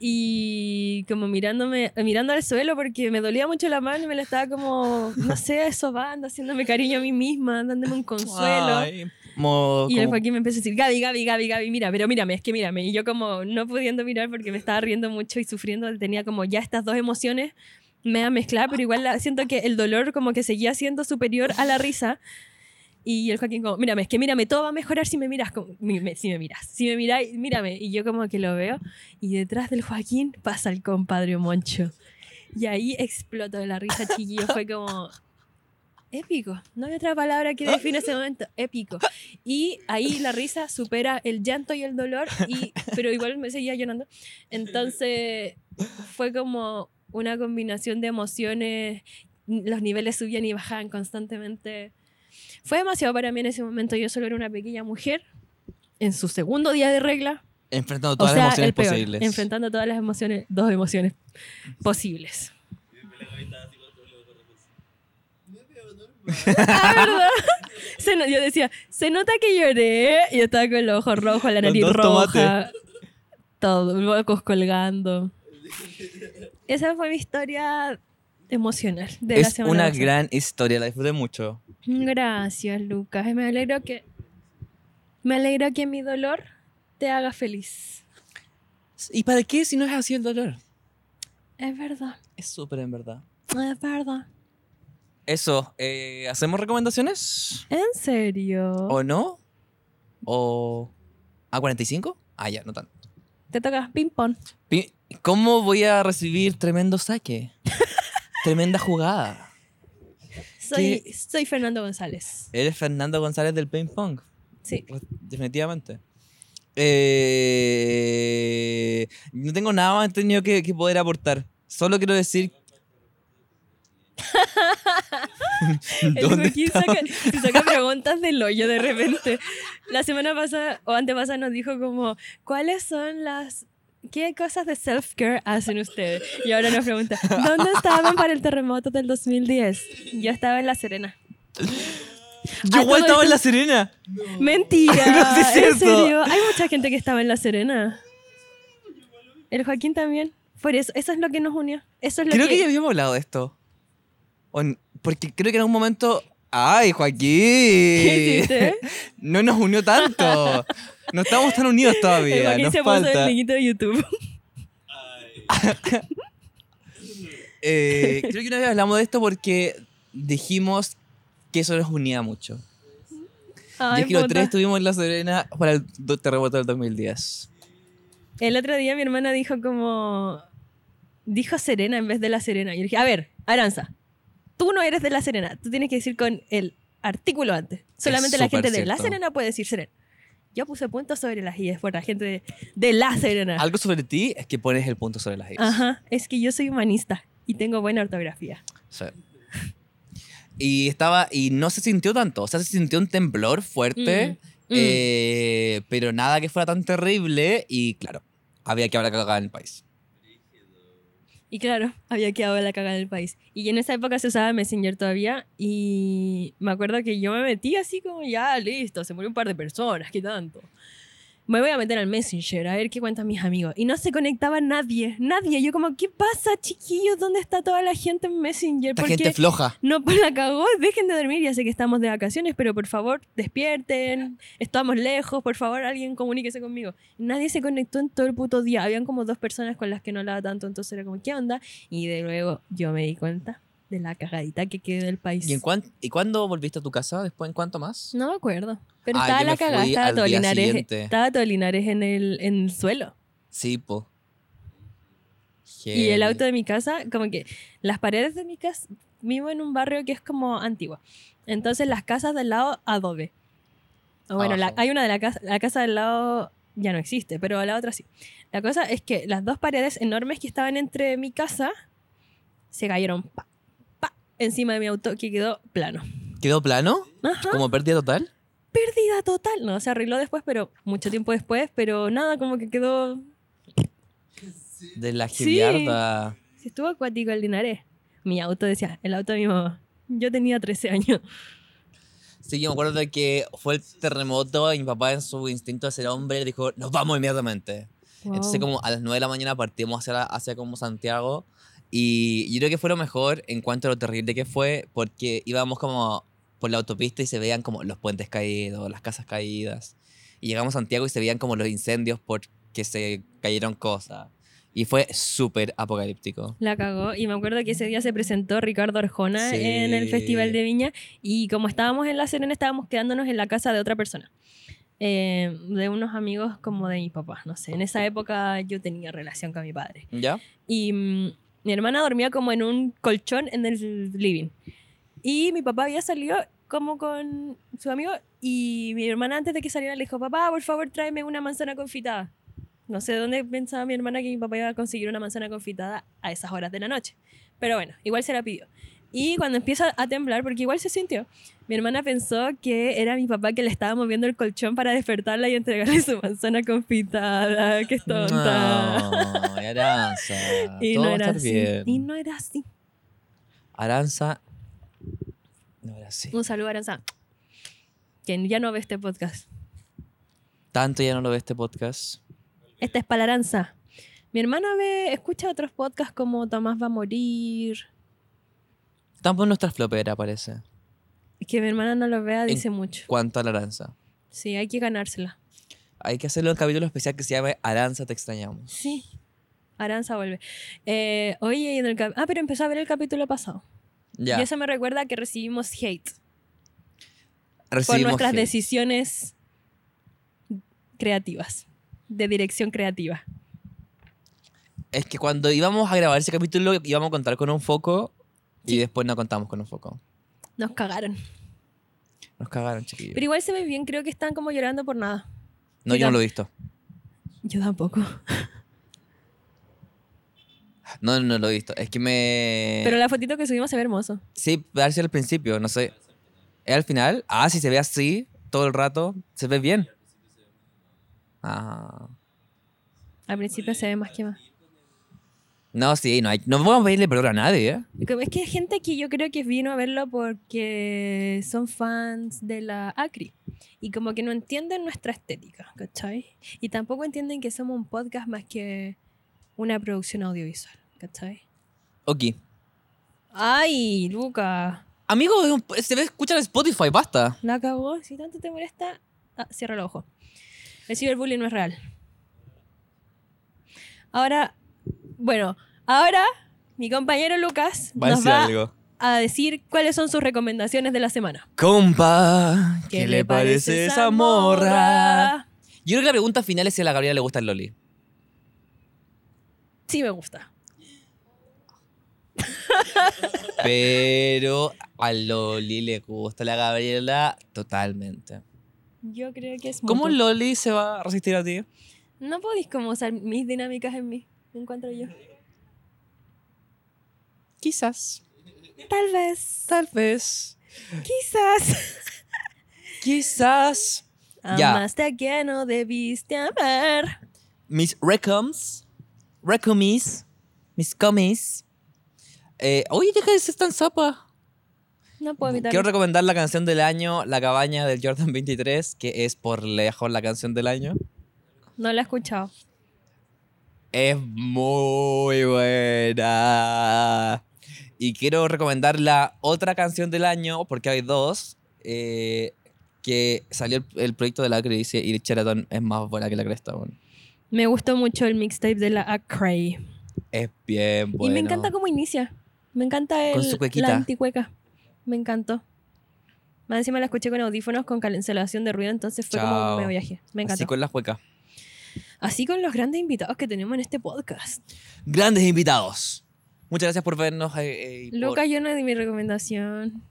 Speaker 1: y como mirándome, mirando al suelo porque me dolía mucho la mano y me la estaba como, no sé, sobando, haciéndome cariño a mí misma, dándome un consuelo.
Speaker 2: Ay, mo-
Speaker 1: y el
Speaker 2: como-
Speaker 1: Joaquín me empezó a decir, Gaby, Gaby, Gaby, Gaby, mira, pero mírame, es que mírame. Y yo como no pudiendo mirar porque me estaba riendo mucho y sufriendo, tenía como ya estas dos emociones me a mezclar, pero igual la- siento que el dolor como que seguía siendo superior a la risa. Y el Joaquín como, mírame, es que mírame, todo va a mejorar si me miras, como, "Mi- me- si me miras, si me miras, mírame. Y yo como que lo veo y detrás del Joaquín pasa el compadre Moncho. Y ahí explotó de la risa, chiquillo. Fue como épico. No hay otra palabra que define ese momento. Épico. Y ahí la risa supera el llanto y el dolor, y, pero igual me seguía llorando. Entonces fue como una combinación de emociones. Los niveles subían y bajaban constantemente. Fue demasiado para mí en ese momento. Yo solo era una pequeña mujer en su segundo día de regla.
Speaker 2: Enfrentando
Speaker 1: O
Speaker 2: todas
Speaker 1: sea,
Speaker 2: las
Speaker 1: el
Speaker 2: emociones
Speaker 1: peor.
Speaker 2: posibles.
Speaker 1: Enfrentando todas las emociones, dos emociones posibles. Ah, ¿verdad? Se no- yo decía, se nota que lloré. Y yo estaba con los ojos rojos, la
Speaker 4: Con
Speaker 1: nariz
Speaker 4: dos
Speaker 1: roja. Todo, los ojos colgando. Esa fue mi historia emocional de la
Speaker 2: Es
Speaker 1: semana
Speaker 2: una
Speaker 1: pasada.
Speaker 2: gran historia, la disfruté mucho.
Speaker 1: Gracias, Lucas. Me alegro que. Me alegro que mi dolor te haga feliz.
Speaker 2: ¿Y para qué si no es así el dolor?
Speaker 1: Es verdad.
Speaker 2: Es súper en verdad.
Speaker 1: Ah, Es verdad.
Speaker 2: Eso, eh, ¿hacemos recomendaciones?
Speaker 1: ¿En serio?
Speaker 2: ¿O no? ¿O a 45? Ah, ya, no tanto.
Speaker 1: Te toca ping-pong.
Speaker 2: Pi- ¿Cómo voy a recibir tremendo saque? Tremenda jugada.
Speaker 1: Soy, soy Fernando González.
Speaker 2: Eres Fernando González del ping pong,
Speaker 1: Sí.
Speaker 2: re- definitivamente. Eh, no tengo nada más tenido que, que poder aportar. Solo quiero decir...
Speaker 1: El Joaquín
Speaker 2: está?
Speaker 1: saca, se saca preguntas del hoyo de repente. La semana pasada o antepasada nos dijo como, ¿cuáles son las... ¿Qué cosas de self-care hacen ustedes? Y ahora nos pregunta, ¿dónde estaban para el terremoto del 2010? Yo estaba en La Serena.
Speaker 2: Yo
Speaker 1: Ah, todo
Speaker 2: igual estaba en
Speaker 1: esto-
Speaker 2: La Serena.
Speaker 1: ¡Mentira!
Speaker 2: No, sí es
Speaker 1: ¿En
Speaker 2: cierto.
Speaker 1: serio? Hay mucha gente que estaba en La Serena. El Joaquín también. Por eso, eso es lo que nos unió. Eso es lo
Speaker 2: Creo que
Speaker 1: que
Speaker 2: ya habíamos hablado de esto. O n- Porque creo que en un momento... ¡Ay, Joaquín!
Speaker 1: hiciste.
Speaker 2: No nos unió tanto. No estamos tan unidos
Speaker 1: El
Speaker 2: todavía.
Speaker 1: Joaquín
Speaker 2: ah, Nos
Speaker 1: se puso
Speaker 2: falta.
Speaker 1: el niñito de YouTube.
Speaker 2: Eh, creo que una vez hablamos de esto porque dijimos que eso nos unía mucho.
Speaker 1: Ay,
Speaker 2: Yo que los
Speaker 1: puta.
Speaker 2: tres estuvimos en La Serena para el do- terremoto del 2010.
Speaker 1: El otro día mi hermana dijo como... Dijo Serena en vez de La Serena. Y yo dije, a ver, Aranza, tú no eres de La Serena. Tú tienes que decir con el artículo antes. Solamente la
Speaker 2: súper
Speaker 1: gente de La
Speaker 2: cierto.
Speaker 1: Serena puede decir Serena. Yo puse puntos sobre las IES por la gente de, de La Serena.
Speaker 2: Algo sobre ti es que pones el punto sobre las is.
Speaker 1: Ajá, es que yo soy humanista y tengo buena ortografía.
Speaker 2: Sí. Y estaba, y no se sintió tanto, o sea, se sintió un temblor fuerte,
Speaker 1: Mm, mm.
Speaker 2: eh, pero nada que fuera tan terrible y claro, había que hablar cagada en el país.
Speaker 1: Y claro, había quedado la cagada del país. Y en esa época se usaba Messenger todavía. Y me acuerdo que yo me metí así como ya, listo, se murió un par de personas, ¿qué tanto? me voy a meter al Messenger a ver qué cuentan mis amigos. Y no se conectaba nadie, nadie. Yo como, ¿qué pasa, chiquillos? ¿Dónde está toda la gente en Messenger?
Speaker 2: Esta
Speaker 1: ¿Por
Speaker 2: gente
Speaker 1: qué?
Speaker 2: floja.
Speaker 1: No, pues la cagó, dejen de dormir, ya sé que estamos de vacaciones, pero por favor, despierten, estamos lejos, por favor, alguien comuníquese conmigo. Nadie se conectó en todo el puto día, habían como dos personas con las que no hablaba tanto, entonces era como, ¿qué onda? Y de luego yo me di cuenta de la cagadita que quedó del país. Mm.
Speaker 2: ¿Y, en cuán- ¿Y cuándo volviste a tu casa? ¿Después en cuánto más?
Speaker 1: No me acuerdo, pero
Speaker 2: Ah,
Speaker 1: estaba
Speaker 2: yo
Speaker 1: la
Speaker 2: me
Speaker 1: cagada,
Speaker 2: fui
Speaker 1: estaba
Speaker 2: al
Speaker 1: todo
Speaker 2: día
Speaker 1: Linares,
Speaker 2: siguiente.
Speaker 1: estaba todo Linares en el, en el suelo.
Speaker 2: Sí, po.
Speaker 1: Y el
Speaker 2: Heavy.
Speaker 1: auto de mi casa, como que las paredes de mi casa, vivo en un barrio que es como antigua. Entonces las casas del lado, adobe. O bueno, la-
Speaker 2: Abajo.
Speaker 1: hay una de la casa, la casa del lado ya no existe, pero la otra sí. La cosa es que las dos paredes enormes que estaban entre mi casa se cayeron pa, pa, encima de mi auto que quedó plano.
Speaker 2: ¿Quedó plano?
Speaker 1: Ajá.
Speaker 2: ¿Como pérdida total?
Speaker 1: Pérdida total. No, se arregló después, pero mucho tiempo después, pero nada, como que quedó
Speaker 2: De la
Speaker 1: Sí.
Speaker 2: gibiarda.
Speaker 1: Si estuvo acuático el Linares. Mi auto decía, el auto de mi mamá. Yo tenía 13 años.
Speaker 2: Sí, yo me acuerdo de que fue el terremoto y mi papá en su instinto de ser hombre dijo, nos vamos inmediatamente. Entonces como a las 9 de la mañana partimos hacia, la- hacia como Santiago y yo creo que fue lo mejor en cuanto a lo terrible que fue porque íbamos como por la autopista y se veían como los puentes caídos, las casas caídas. Y llegamos a Santiago y se veían como los incendios porque se cayeron cosas. Y fue súper apocalíptico.
Speaker 1: La cagó. Y me acuerdo que ese día se presentó Ricardo Arjona
Speaker 2: Sí.
Speaker 1: en el Festival de Viña. Y como estábamos en La Serena, estábamos quedándonos en la casa de otra persona. Eh, de unos amigos como de mi papá. No sé, en esa época yo tenía relación con mi padre.
Speaker 2: ¿Ya?
Speaker 1: Y mm, mi hermana dormía como en un colchón en el living. Y mi papá había salido como con su amigo y mi hermana antes de que saliera le dijo, papá, por favor tráeme una manzana confitada. No sé dónde pensaba mi hermana que mi papá iba a conseguir una manzana confitada a esas horas de la noche. Pero bueno, igual se la pidió. Y cuando empieza a temblar, porque igual se sintió, mi hermana pensó que era mi papá que le estaba moviendo el colchón para despertarla y entregarle su manzana confitada. ¡Qué tonta!
Speaker 2: No, Aranza.
Speaker 1: Y
Speaker 2: todo
Speaker 1: no
Speaker 2: va a
Speaker 1: era
Speaker 2: estar
Speaker 1: así.
Speaker 2: bien.
Speaker 1: Y no era así.
Speaker 2: Aranza. No era así.
Speaker 1: Un saludo, Aranza. Quien ya no ve este podcast.
Speaker 2: Tanto ya no lo ve este podcast.
Speaker 1: Esta Este es para la Aranza. Mi hermana ve, escucha otros podcasts como Tomás va a morir.
Speaker 2: Tampoco nuestra flopera, parece.
Speaker 1: Que mi hermana no lo vea dice mucho.
Speaker 2: Cuanto a la Aranza.
Speaker 1: Sí, hay que ganársela.
Speaker 2: Hay que hacerlo en un capítulo especial que se llama Aranza te extrañamos.
Speaker 1: Sí. Aranza vuelve. Eh, oye, y en el cap- ah, pero empezó a ver el capítulo pasado.
Speaker 2: Ya.
Speaker 1: Y eso me recuerda que recibimos hate por
Speaker 2: recibimos
Speaker 1: nuestras
Speaker 2: hate.
Speaker 1: decisiones creativas, de dirección creativa.
Speaker 2: Es que cuando íbamos a grabar ese capítulo íbamos a contar con un foco y después no contamos con un foco.
Speaker 1: Nos cagaron.
Speaker 2: Nos cagaron, chiquillos.
Speaker 1: Pero igual se ve bien, creo que están como llorando por nada.
Speaker 2: No, yo no lo he visto.
Speaker 1: Yo tampoco.
Speaker 2: No, no lo he visto. Es que me...
Speaker 1: Pero la fotito que subimos se ve hermoso.
Speaker 2: Sí, darse al principio, no sé. ¿Es al final? Ah, si se ve así todo el rato, se ve bien. Ah.
Speaker 1: Al principio se ve más que más.
Speaker 2: No, sí, no, hay, no podemos pedirle perdón a nadie, ¿eh?
Speaker 1: Como Es que hay gente que yo creo que vino a verlo porque son fans de la ACRI y como que no entienden nuestra estética, ¿cachai? Y tampoco entienden que somos un podcast más que una producción audiovisual, ¿cachai?
Speaker 2: Ok.
Speaker 1: ¡Ay, Luca!
Speaker 2: Amigo, es un- se ve escuchar en Spotify, basta.
Speaker 1: La cagó. Si tanto te molesta, ah, cierra el ojo. El ciberbullying no es real. Ahora, bueno, ahora mi compañero Lucas nos va a decir cuáles son sus recomendaciones de la semana.
Speaker 2: Compa, ¿qué, le parece esa morra? Yo creo que la pregunta final es si a la Gabriela le gusta el Loli.
Speaker 1: Sí, me gusta.
Speaker 2: Pero al Loli le gusta la Gabriela totalmente.
Speaker 1: Yo creo que es
Speaker 2: ¿Cómo
Speaker 1: mutuo.
Speaker 2: Loli se va a resistir a ti?
Speaker 1: No podéis como usar mis dinámicas en mí, me encuentro yo.
Speaker 2: Quizás.
Speaker 1: Tal vez.
Speaker 2: Tal vez.
Speaker 1: Quizás.
Speaker 2: Quizás. Ya.
Speaker 1: Amaste a quien no debiste amar.
Speaker 2: Mis recoms. Recomis. Mis comis. Eh, oye, deja de ser tan zapa.
Speaker 1: No puedo evitarlo.
Speaker 2: Quiero recomendar la canción del año, La Cabaña del Jordan 23, que es por lejos la canción del año.
Speaker 1: No la he escuchado.
Speaker 2: Es muy buena. Y quiero recomendar la otra canción del año, porque hay dos, eh, que salió el, el proyecto de la que dice Y Sheraton es más buena que la cresta. bueno".
Speaker 1: Me gustó mucho el mixtape de la Acray.
Speaker 2: Es bien bueno.
Speaker 1: Y me encanta cómo inicia. Me encanta el,
Speaker 2: Con su cuequita.
Speaker 1: la anticueca. Me encantó. Más encima la escuché con audífonos con cancelación de ruido, entonces fue
Speaker 2: Chao.
Speaker 1: como me viaje. Me encantó.
Speaker 2: Así
Speaker 1: Así con...
Speaker 2: con las cuecas.
Speaker 1: los grandes invitados que tenemos en este podcast.
Speaker 2: Grandes invitados. Muchas gracias por vernos. eh, eh, y por-
Speaker 1: Lucas, yo no di mi recomendación.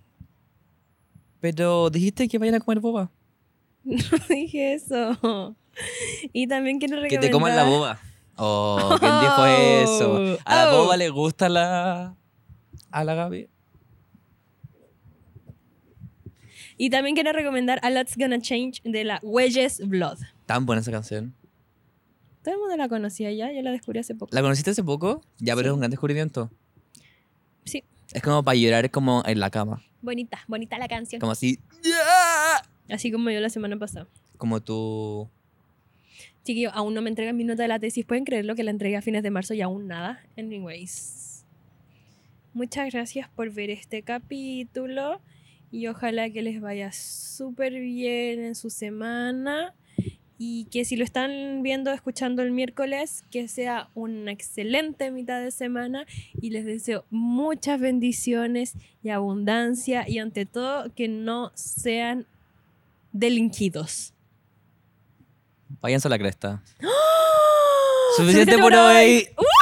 Speaker 2: Pero dijiste que vayan a comer boba.
Speaker 1: No dije eso. Y también quiero
Speaker 2: Que
Speaker 1: recomendar...
Speaker 2: te coman la boba. Oh, ¿quién dijo eso? A la
Speaker 1: Oh.
Speaker 2: boba le gusta la. A la Gaby.
Speaker 1: Y también quiero recomendar A Lot's Gonna Change de la Welles Blood.
Speaker 2: Tan buena esa canción.
Speaker 1: Todo el mundo la conocía ya, yo la descubrí hace poco.
Speaker 2: ¿La conociste hace poco? Ya, pero
Speaker 1: Sí.
Speaker 2: es un gran descubrimiento.
Speaker 1: Sí,
Speaker 2: Es como para llorar, es como en la cama.
Speaker 1: bonita, bonita la canción.
Speaker 2: Como así. "Yeah",
Speaker 1: Así como yo la semana pasada.
Speaker 2: Como tú.
Speaker 1: Chiquillo, aún no me entregan mi nota de la tesis. Pueden creerlo que la entregué a fines de marzo y aún nada. Anyways. Muchas gracias por ver este capítulo y ojalá que les vaya súper bien en su semana y que si lo están viendo, escuchando el miércoles, que sea una excelente mitad de semana y les deseo muchas bendiciones y abundancia y ante todo que no sean delinquidos. ¡Ah!
Speaker 2: Váyanse a la cresta. Suficiente
Speaker 1: Suficiente
Speaker 2: por
Speaker 1: por
Speaker 2: hoy.
Speaker 1: hoy.